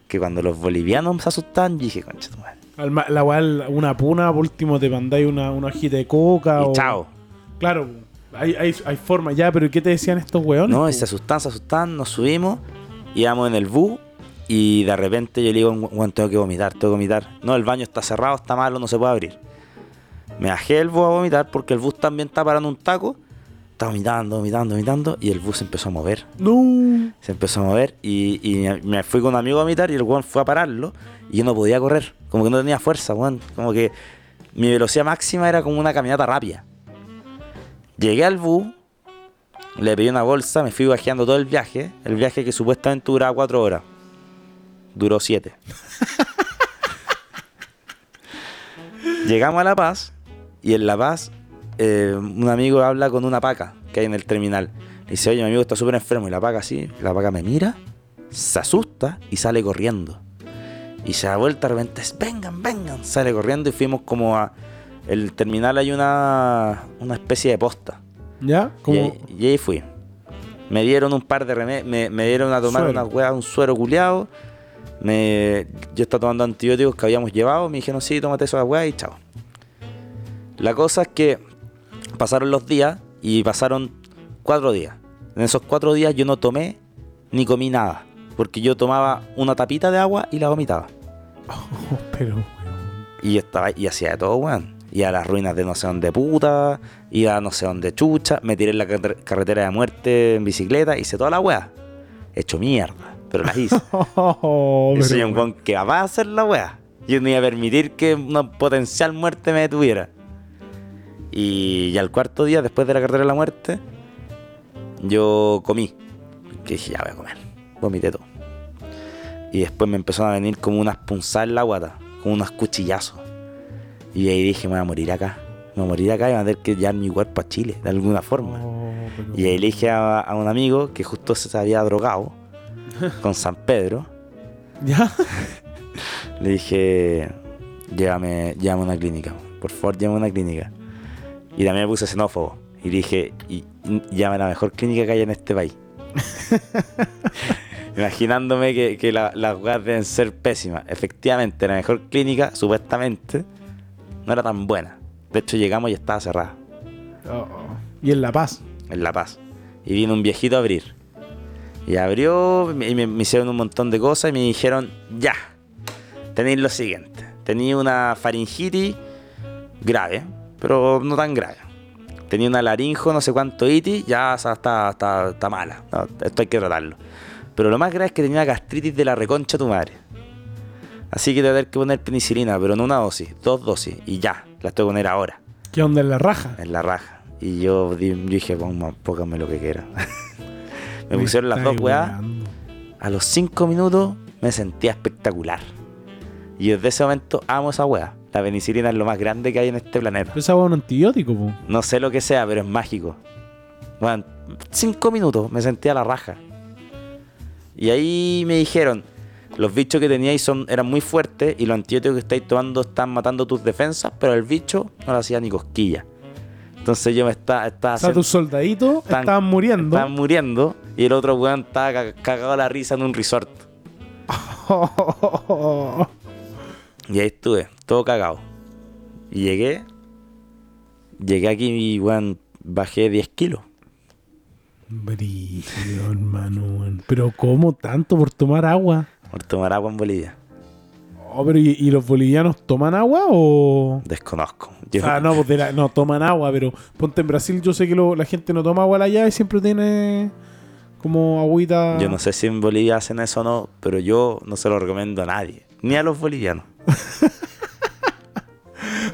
Speaker 2: Que cuando los bolivianos se asustaban, yo dije, concha tu madre.
Speaker 1: Al ma- la cual, una puna, por último te mandáis una, una hojita de coca.
Speaker 2: Y
Speaker 1: o...
Speaker 2: chao.
Speaker 1: Claro, hay, hay, hay forma ya, pero ¿y ¿qué te decían estos weones?
Speaker 2: No,
Speaker 1: po?
Speaker 2: y se asustan, se asustan, nos subimos, íbamos en el bus y de repente yo le digo, bueno, tengo que vomitar, tengo que vomitar. No, el baño está cerrado, está malo, no se puede abrir. Me bajé el bus a vomitar porque el bus también está parando un taco. Estaba vomitando, vomitando, vomitando y el bus se empezó a mover.
Speaker 1: No.
Speaker 2: Se empezó a mover y, y me fui con un amigo a vomitar y el weón fue a pararlo y yo no podía correr. Como que no tenía fuerza, weón. Como que mi velocidad máxima era como una caminata rápida. Llegué al bus, le pedí una bolsa, me fui bajeando todo el viaje. El viaje que supuestamente duraba cuatro horas. Duró siete. Llegamos a La Paz y en La Paz eh, un amigo habla con una paca que hay en el terminal. Le dice, oye, mi amigo está súper enfermo. Y la paca así, la paca me mira, se asusta y sale corriendo. Y se da vuelta de repente, es, vengan, vengan. Sale corriendo y fuimos como a... El terminal hay una, una especie de posta.
Speaker 1: ¿Ya?
Speaker 2: Y
Speaker 1: Como,
Speaker 2: ahí, y ahí fui. Me dieron un par de remedios, me, me dieron a tomar
Speaker 1: Suero.
Speaker 2: una hueá, un suero culeado. Me, yo estaba tomando antibióticos que habíamos llevado. Me dijeron, sí, tómate esa hueá y chao. La cosa es que pasaron los días y pasaron cuatro días. En esos cuatro días yo no tomé ni comí nada. Porque yo tomaba una tapita de agua y la vomitaba.
Speaker 1: <laughs> Oh, pero, weón.
Speaker 2: Y yo estaba y hacía de todo, weón. Y a las ruinas de no sé dónde puta, iba a no sé dónde chucha, me tiré en la car- carretera de muerte en bicicleta, hice toda la weá. Hecho mierda, pero las hice.
Speaker 1: Oh,
Speaker 2: yo
Speaker 1: pero,
Speaker 2: soy un
Speaker 1: weón.
Speaker 2: weón que va a hacer la weá. Yo no iba a permitir que una potencial muerte me detuviera. Y, y al cuarto día, después de la carretera de la muerte, yo comí. Que dije, ya voy a comer. Vomité todo. Y después me empezaron a venir como unas punzadas en la guata, como unos cuchillazos. Y ahí dije, me voy a morir acá. Me voy a morir acá y me voy a tener que llevar mi cuerpo a Chile, de alguna forma.
Speaker 1: Oh, pero,
Speaker 2: Y ahí le dije a, a un amigo que justo se había
Speaker 1: <laughs>
Speaker 2: drogado con San Pedro.
Speaker 1: ¿Ya? <laughs>
Speaker 2: Le dije, llévame, llévame a una clínica, por favor, llévame a una clínica. Y también me puse xenófobo. Y dije, y, y llévame a la mejor clínica que haya en este país. Imaginándome que, que la- las weas deben ser pésimas. Efectivamente, la mejor clínica, supuestamente, no era tan buena. De hecho, llegamos y estaba cerrada,
Speaker 1: Oh. Y en La Paz.
Speaker 2: en La Paz. Y vino un viejito a abrir. Y abrió, y me, me hicieron un montón de cosas y me dijeron, ya, tenéis lo siguiente. Tenía una faringitis grave, pero no tan grave. Tenía una larinjo, no sé cuánto itis, ya o sea, está, está, está mala. No, esto hay que tratarlo. Pero lo más grave es que tenía gastritis de la reconcha de tu madre. Así que te voy a tener que poner penicilina, pero no una dosis, dos dosis, y ya, la estoy a poner ahora,
Speaker 1: ¿Qué onda en La Raja?
Speaker 2: en la raja. Y yo, di- yo dije, "Ponga- póngame lo que quiera. <laughs> me pusieron las
Speaker 1: estáis
Speaker 2: dos weas.
Speaker 1: weando.
Speaker 2: A los 5 minutos me sentía espectacular. Y desde ese momento amo esa weá. La penicilina es lo más grande que hay en este planeta.
Speaker 1: Pero esa wea es un antibiótico, po.
Speaker 2: No sé lo que sea, pero es mágico. Bueno, 5 minutos me sentía la raja. Y ahí me dijeron, los bichos que teníais son, eran muy fuertes y los antibióticos que estáis tomando están matando tus defensas, pero el bicho no le hacía ni cosquilla. Entonces yo me estaba... estaba
Speaker 1: O sea, tus soldaditos
Speaker 2: Están-
Speaker 1: estaban muriendo.
Speaker 2: Estaban muriendo y el otro weón estaba ca- cagado a la risa en un resort. Y ahí estuve, todo cagado. Y llegué. Llegué aquí y weón, bajé 10 kilos.
Speaker 1: <laughs> Brígido, hermano, weón. Pero ¿cómo tanto por tomar agua?
Speaker 2: Por tomar agua en Bolivia.
Speaker 1: Oh, pero ¿y, y los bolivianos toman agua o...?
Speaker 2: Desconozco. Yo-
Speaker 1: Ah, no, pues de la- no, toman agua, pero ponte en Brasil, yo sé que lo- la gente no toma agua a la llave, siempre tiene como agüita...
Speaker 2: Yo no sé si en Bolivia hacen eso o no, pero yo no se lo recomiendo a nadie. Ni a los bolivianos.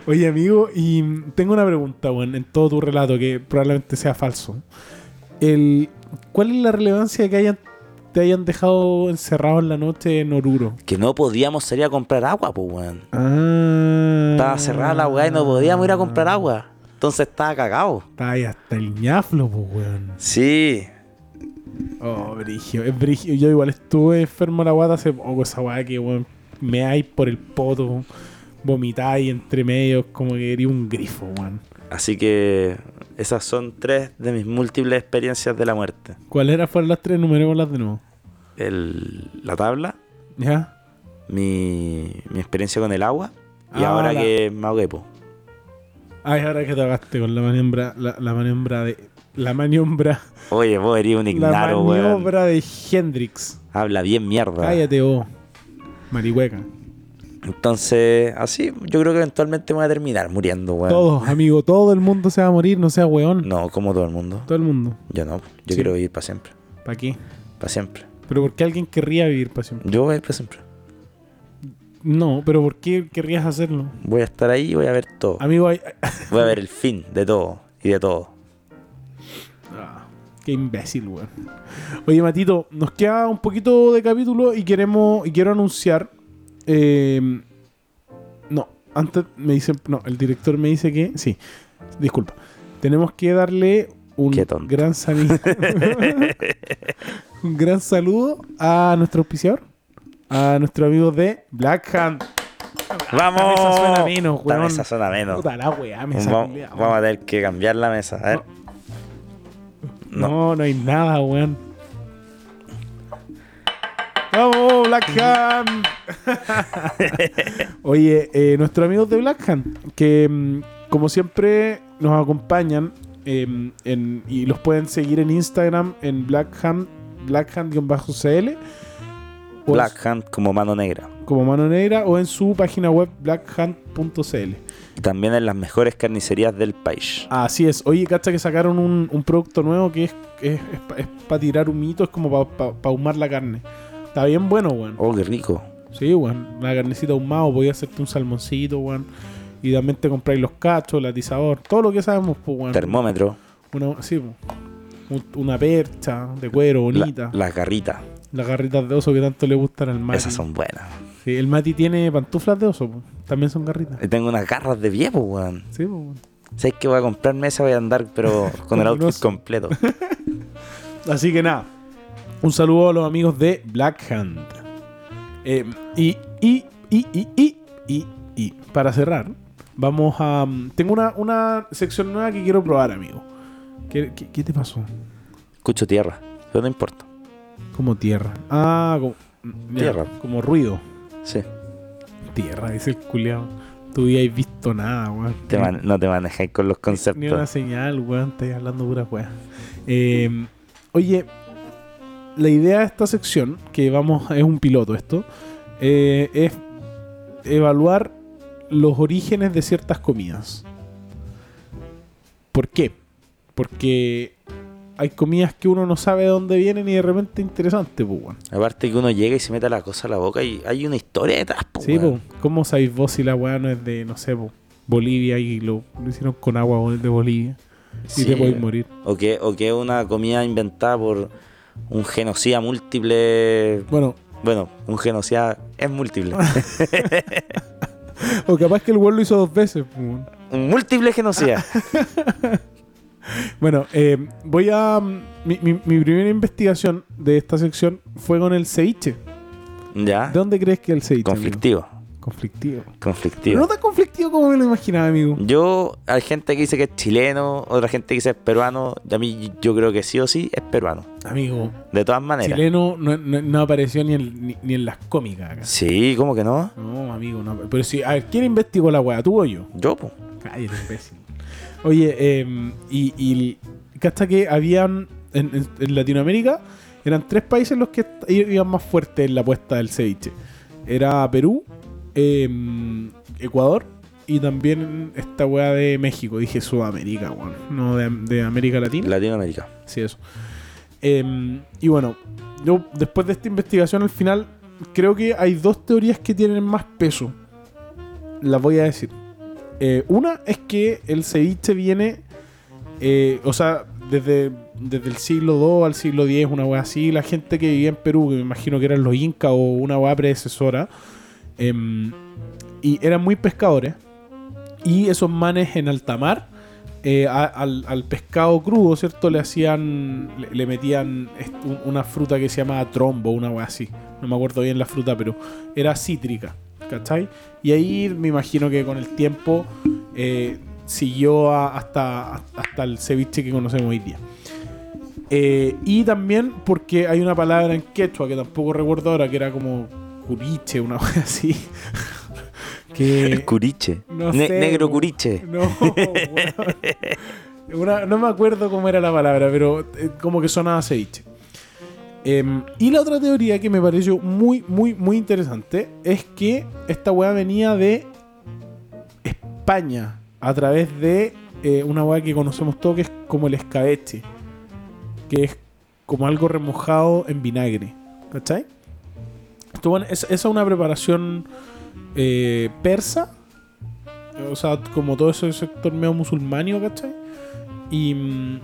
Speaker 1: Oye, amigo, y mm, tengo una pregunta, weón, en todo tu relato, que probablemente sea falso. El, ¿Cuál es la relevancia de que hayan, te hayan dejado encerrado en la noche en Oruro?
Speaker 2: Que no podíamos salir a comprar agua, pues weón.
Speaker 1: Ah.
Speaker 2: Estaba cerrada la weá y no podíamos ir a comprar agua. Entonces estaba cagado.
Speaker 1: Está ahí hasta el ñaflo, pues, weón.
Speaker 2: Sí.
Speaker 1: Oh, brigio. Es brigio. Yo igual estuve enfermo de la guata hace poco, esa guata que, weón, me hay por el poto, vomitáis entre medios, como que era un grifo, weón.
Speaker 2: Así que esas son tres de mis múltiples experiencias de la muerte.
Speaker 1: ¿Cuáles eran fueron las tres? Numerémoslas de nuevo.
Speaker 2: El- la tabla,
Speaker 1: ¿Ya?
Speaker 2: mi, mi experiencia con el agua y
Speaker 1: Ah,
Speaker 2: ahora
Speaker 1: la-
Speaker 2: que me ahogué, po.
Speaker 1: Ay, ahora que te agaste con la maniobra, la, la maniobra de. La maniobra.
Speaker 2: Oye, vos eres un
Speaker 1: la
Speaker 2: ignaro, weón.
Speaker 1: maniobra de Hendrix.
Speaker 2: Habla bien mierda.
Speaker 1: Cállate, oh. Marihueca.
Speaker 2: Entonces, así yo creo que eventualmente me voy a terminar muriendo, weón.
Speaker 1: Todos, amigo, todo el mundo se va a morir, no sea weón.
Speaker 2: No, como todo el mundo.
Speaker 1: Todo el mundo.
Speaker 2: Yo no, yo
Speaker 1: Sí.
Speaker 2: quiero vivir para siempre.
Speaker 1: ¿Para qué?
Speaker 2: Para siempre.
Speaker 1: Pero ¿por qué alguien querría vivir para siempre?
Speaker 2: Yo voy a ir para siempre.
Speaker 1: No, pero ¿por qué querrías hacerlo?
Speaker 2: Voy a estar ahí y voy a ver todo.
Speaker 1: Amigo, hay-
Speaker 2: Voy a ver el fin de todo y de todo.
Speaker 1: Ah, qué imbécil, weón. Oye, Matito, nos queda un poquito de capítulo y queremos y quiero anunciar. eh, no, antes me dicen. No, el director me dice que. Sí, disculpa. Tenemos que darle un
Speaker 2: Qué tonto.
Speaker 1: gran <laughs> saludo. un gran saludo a nuestro auspiciador. a nuestros amigos de Black Hand.
Speaker 2: ¡Vamos!
Speaker 1: mesa suena menos,
Speaker 2: La
Speaker 1: weón.
Speaker 2: mesa suena menos.
Speaker 1: Puta la weá, me
Speaker 2: Vamos,
Speaker 1: sacudía, weón.
Speaker 2: vamos a tener que cambiar la mesa. A ver.
Speaker 1: No.
Speaker 2: No.
Speaker 1: no, hay nada, weón. ¡Vamos, Black
Speaker 2: <laughs>
Speaker 1: Hand! Oye, eh, nuestros amigos de Black Hand, que mm, como siempre nos acompañan eh, en- y los pueden seguir en Instagram en Black Hand, Black Hand-CL. o en
Speaker 2: Black Hand como mano negra.
Speaker 1: su- Como mano negra o en su página web blackhand.cl.
Speaker 2: Y También en las mejores carnicerías del país.
Speaker 1: Así es. Oye, cacha que sacaron un, un producto nuevo que es, para tirar humito, es como para ahumar la carne. Está bien bueno, weón.
Speaker 2: Oh, qué rico.
Speaker 1: Sí, weón. La carnecita ahumado, podías hacerte un salmoncito, weón. Y también te compráis los cachos, el atizador, todo lo que sabemos, pues, weón.
Speaker 2: Termómetro.
Speaker 1: Una, sí, po. Un- una percha de cuero
Speaker 2: la-
Speaker 1: bonita.
Speaker 2: las garritas.
Speaker 1: Las garritas de oso que tanto le gustan al Mati.
Speaker 2: Esas son buenas.
Speaker 1: Sí, el Mati tiene pantuflas de oso, po. también son garritas.
Speaker 2: Y Tengo unas garras de viejo, weón.
Speaker 1: Sí, po, weón.
Speaker 2: ¿Sabes que voy a comprarme esa? Voy a andar,
Speaker 1: <laughs>
Speaker 2: pero con
Speaker 1: Como
Speaker 2: el
Speaker 1: un
Speaker 2: outfit
Speaker 1: oso.
Speaker 2: completo.
Speaker 1: Así que nada, un saludo a los amigos de Black Hand. Eh, y, y, y, y, y, y, y, para cerrar, vamos a... mm, Tengo una, una sección nueva que quiero probar, amigo. ¿Qué, qué- qué te pasó?
Speaker 2: Escucho tierra. Pero no importa.
Speaker 1: Como tierra. Ah, como... mm, ya,
Speaker 2: Tierra.
Speaker 1: Como ruido.
Speaker 2: Sí.
Speaker 1: Tierra, dice el culiao. Tú habíis visto nada, weón.
Speaker 2: Te man- no te manejáis con
Speaker 1: Ni
Speaker 2: los
Speaker 1: una
Speaker 2: conceptos.
Speaker 1: señal, weón, estoy hablando pura weá. Eh, oye, la idea de esta sección, que vamos, es un piloto esto, eh, es evaluar los orígenes de ciertas comidas. ¿Por qué? Porque hay comidas que uno no sabe de dónde vienen y de repente interesante, pues, weón.
Speaker 2: Aparte que uno llega y se mete la cosa a la boca y hay una historia detrás, po,
Speaker 1: Sí,
Speaker 2: weón.
Speaker 1: po. ¿Cómo sabéis vos si la weá no es de, no sé, po, Bolivia y lo, lo hicieron con agua de Bolivia? pues, Y
Speaker 2: Sí.
Speaker 1: te podéis morir.
Speaker 2: O que, o que es una comida inventada por un genocida múltiple.
Speaker 1: Bueno,
Speaker 2: Bueno, un genocida
Speaker 1: <laughs>
Speaker 2: es múltiple.
Speaker 1: O capaz que el weón lo hizo dos veces. pues, weón.
Speaker 2: un múltiple genocida.
Speaker 1: Bueno, eh, voy a. mm, Mi, mi- mi primera investigación de esta sección fue con el ceviche.
Speaker 2: ¿Ya?
Speaker 1: ¿De <laughs> dónde crees que el ceviche? amigo? Conflictivo.
Speaker 2: Conflictivo.
Speaker 1: Pero no
Speaker 2: Conflictivo.
Speaker 1: tan conflictivo como me lo imaginaba, amigo.
Speaker 2: Yo, hay gente que dice que es chileno, otra gente que dice es peruano. Y a mí, yo creo que sí o sí es peruano.
Speaker 1: Amigo,
Speaker 2: De todas maneras.
Speaker 1: chileno no, no- no apareció ni en, ni, ni en las cómicas. acá.
Speaker 2: Sí, ¿cómo que no?
Speaker 1: No, amigo, no. Pero sí, a ver, ¿quién investigó la weá? ¿Tú o yo?
Speaker 2: Yo, po.
Speaker 1: Cállate, imbécil. Oye, eh, y, y hasta que habían en, en- en Latinoamérica eran tres países los que est- iban más fuertes en la apuesta del ceviche. Era Perú, eh, Ecuador y también esta weá de México. Dije Sudamérica, weón. No, de, de América Latina.
Speaker 2: Latinoamérica.
Speaker 1: Sí, eso. Eh, y bueno, yo después de esta investigación al final creo que hay dos teorías que tienen más peso. Las voy a decir. Eh, una es que el ceviche viene, eh, o sea, desde, desde el siglo II al siglo X, una weá así. La gente que vivía en Perú, que me imagino que eran los incas o una weá predecesora, em, y eran muy pescadores. Y esos manes en alta mar eh, a- al, al pescado crudo, ¿cierto? Le hacían, le, le metían est- un- una fruta que se llamaba trombo, una wea así. No me acuerdo bien la fruta, pero era cítrica, ¿cachai? Y ahí me imagino que con el tiempo eh, siguió a- hasta, hasta el ceviche que conocemos hoy día. Eh, y también porque hay una palabra en quechua que tampoco recuerdo ahora, que era como curiche, una wea así. <laughs> que,
Speaker 2: El curiche.
Speaker 1: no
Speaker 2: Ne-
Speaker 1: sé,
Speaker 2: negro
Speaker 1: po.
Speaker 2: curiche.
Speaker 1: no, weón. Una- no me acuerdo cómo era la palabra, pero eh, como que sonaba ceviche. Em, y la otra teoría que me pareció muy, muy, muy interesante es que esta weá venía de España a través de eh, una weá que conocemos todos que es como el escabeche, que es como algo remojado en vinagre. ¿Cachai? Esto, bueno, es- esa es una preparación eh, persa, o sea, como todo ese sector medio musulmánio, ¿cachai? Y, mm,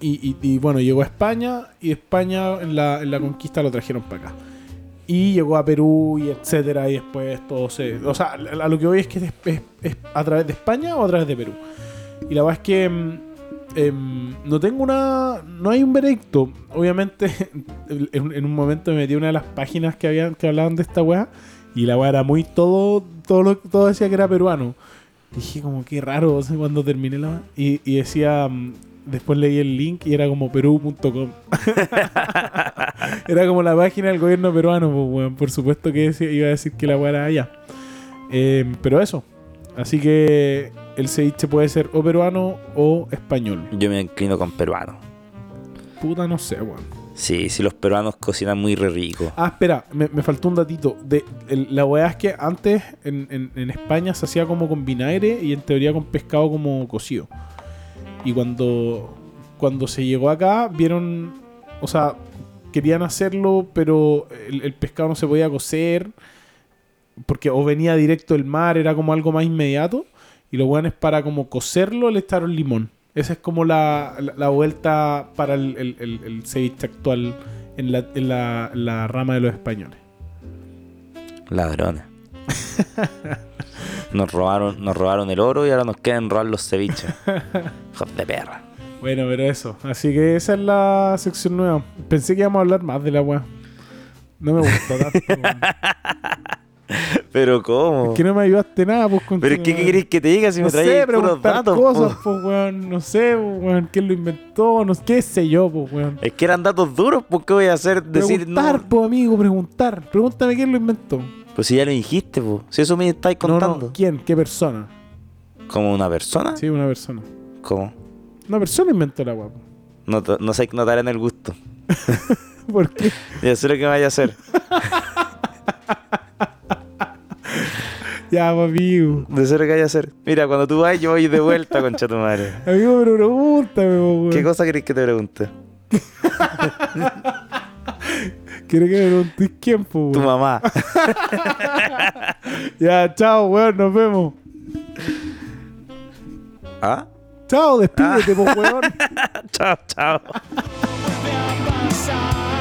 Speaker 1: y, y- y, bueno, llegó a España y España en la, en la conquista lo trajeron para acá. Y llegó a Perú y etcétera, y después todo se. O sea, a lo que hoy es que es, es- es a través de España o a través de Perú. Y la verdad es que mm, Em, no tengo una. No hay un veredicto. Obviamente, <laughs> en, en un momento me metí a una de las páginas que habían que hablaban de esta weá. Y la weá era muy todo. Todo lo todo decía que era peruano. Dije, como que raro, o sea, cuando terminé la. Y, y decía. mm, Después leí el link y era como perú.com. <laughs> era como la página del gobierno peruano, pues, weón. Por supuesto que decía- iba a decir que la weá era allá. Em, pero eso. Así que el ceviche puede ser o peruano o español.
Speaker 2: Yo me inclino con peruano.
Speaker 1: Puta, no sé, weón.
Speaker 2: Sí, sí, los peruanos cocinan muy re rico.
Speaker 1: Ah, espera, me, me faltó un datito. De, el- la weá es que antes en, en- en España se hacía como con vinagre y en teoría con pescado como cocido. Y cuando, cuando se llegó acá, vieron. O sea, querían hacerlo, pero el, el pescado no se podía cocer. Porque o venía directo del mar, era como algo más inmediato. Y los weones para como cocerlo le echaron limón. Esa es como la, la- la vuelta para el, el- el- el ceviche actual en, la, en la- la rama de los españoles. <laughs>
Speaker 2: Ladrones. Nos robaron, nos robaron el oro y ahora nos quieren robar los
Speaker 1: <laughs>
Speaker 2: ceviches. Hijos de perra.
Speaker 1: Bueno, pero eso. Así que esa es la sección nueva. Pensé que íbamos a hablar más de la weá. No me gustó tanto.
Speaker 2: <laughs>
Speaker 1: weón.
Speaker 2: Pero cómo.
Speaker 1: Es que no me ayudaste nada, pues
Speaker 2: Pero es que qué querés que te diga si
Speaker 1: no
Speaker 2: me
Speaker 1: sé,
Speaker 2: traes puros
Speaker 1: preguntar
Speaker 2: datos.
Speaker 1: cosas,
Speaker 2: po?
Speaker 1: pues, weón. No sé, pues, weón. ¿Quién lo inventó? No, ¿Qué sé yo, pues, weón?
Speaker 2: Es que eran datos duros, ¿por qué voy a hacer decir
Speaker 1: Preguntar,
Speaker 2: no?
Speaker 1: pues, amigo, preguntar. Pregúntame quién lo inventó.
Speaker 2: Pues si ya lo dijiste, po. si eso me estáis
Speaker 1: No,
Speaker 2: contando.
Speaker 1: no, ¿quién? ¿Qué persona?
Speaker 2: ¿Como una persona?
Speaker 1: Sí, una persona.
Speaker 2: ¿Cómo?
Speaker 1: Una persona inventó la weá. pues.
Speaker 2: No, te- no sé notar en el gusto.
Speaker 1: <laughs> ¿Por qué?
Speaker 2: Ya sé lo que vaya a hacer.
Speaker 1: Ya, pues, amigo.
Speaker 2: De sé lo que vaya a hacer. Mira, cuando tú vas, yo voy de vuelta, concha tu madre.
Speaker 1: Amigo, pero pregúntame, pues, weón.
Speaker 2: ¿Qué cosa querés que te pregunte?
Speaker 1: Quiero que me preguntes quién, pues,
Speaker 2: Tu
Speaker 1: weón. <laughs>
Speaker 2: mamá.
Speaker 1: Ya, chao, weón, nos vemos.
Speaker 2: ¿Ah?
Speaker 1: Chao, despídete, pues, weón.
Speaker 2: Chao, chao.
Speaker 3: Vuelve a pasar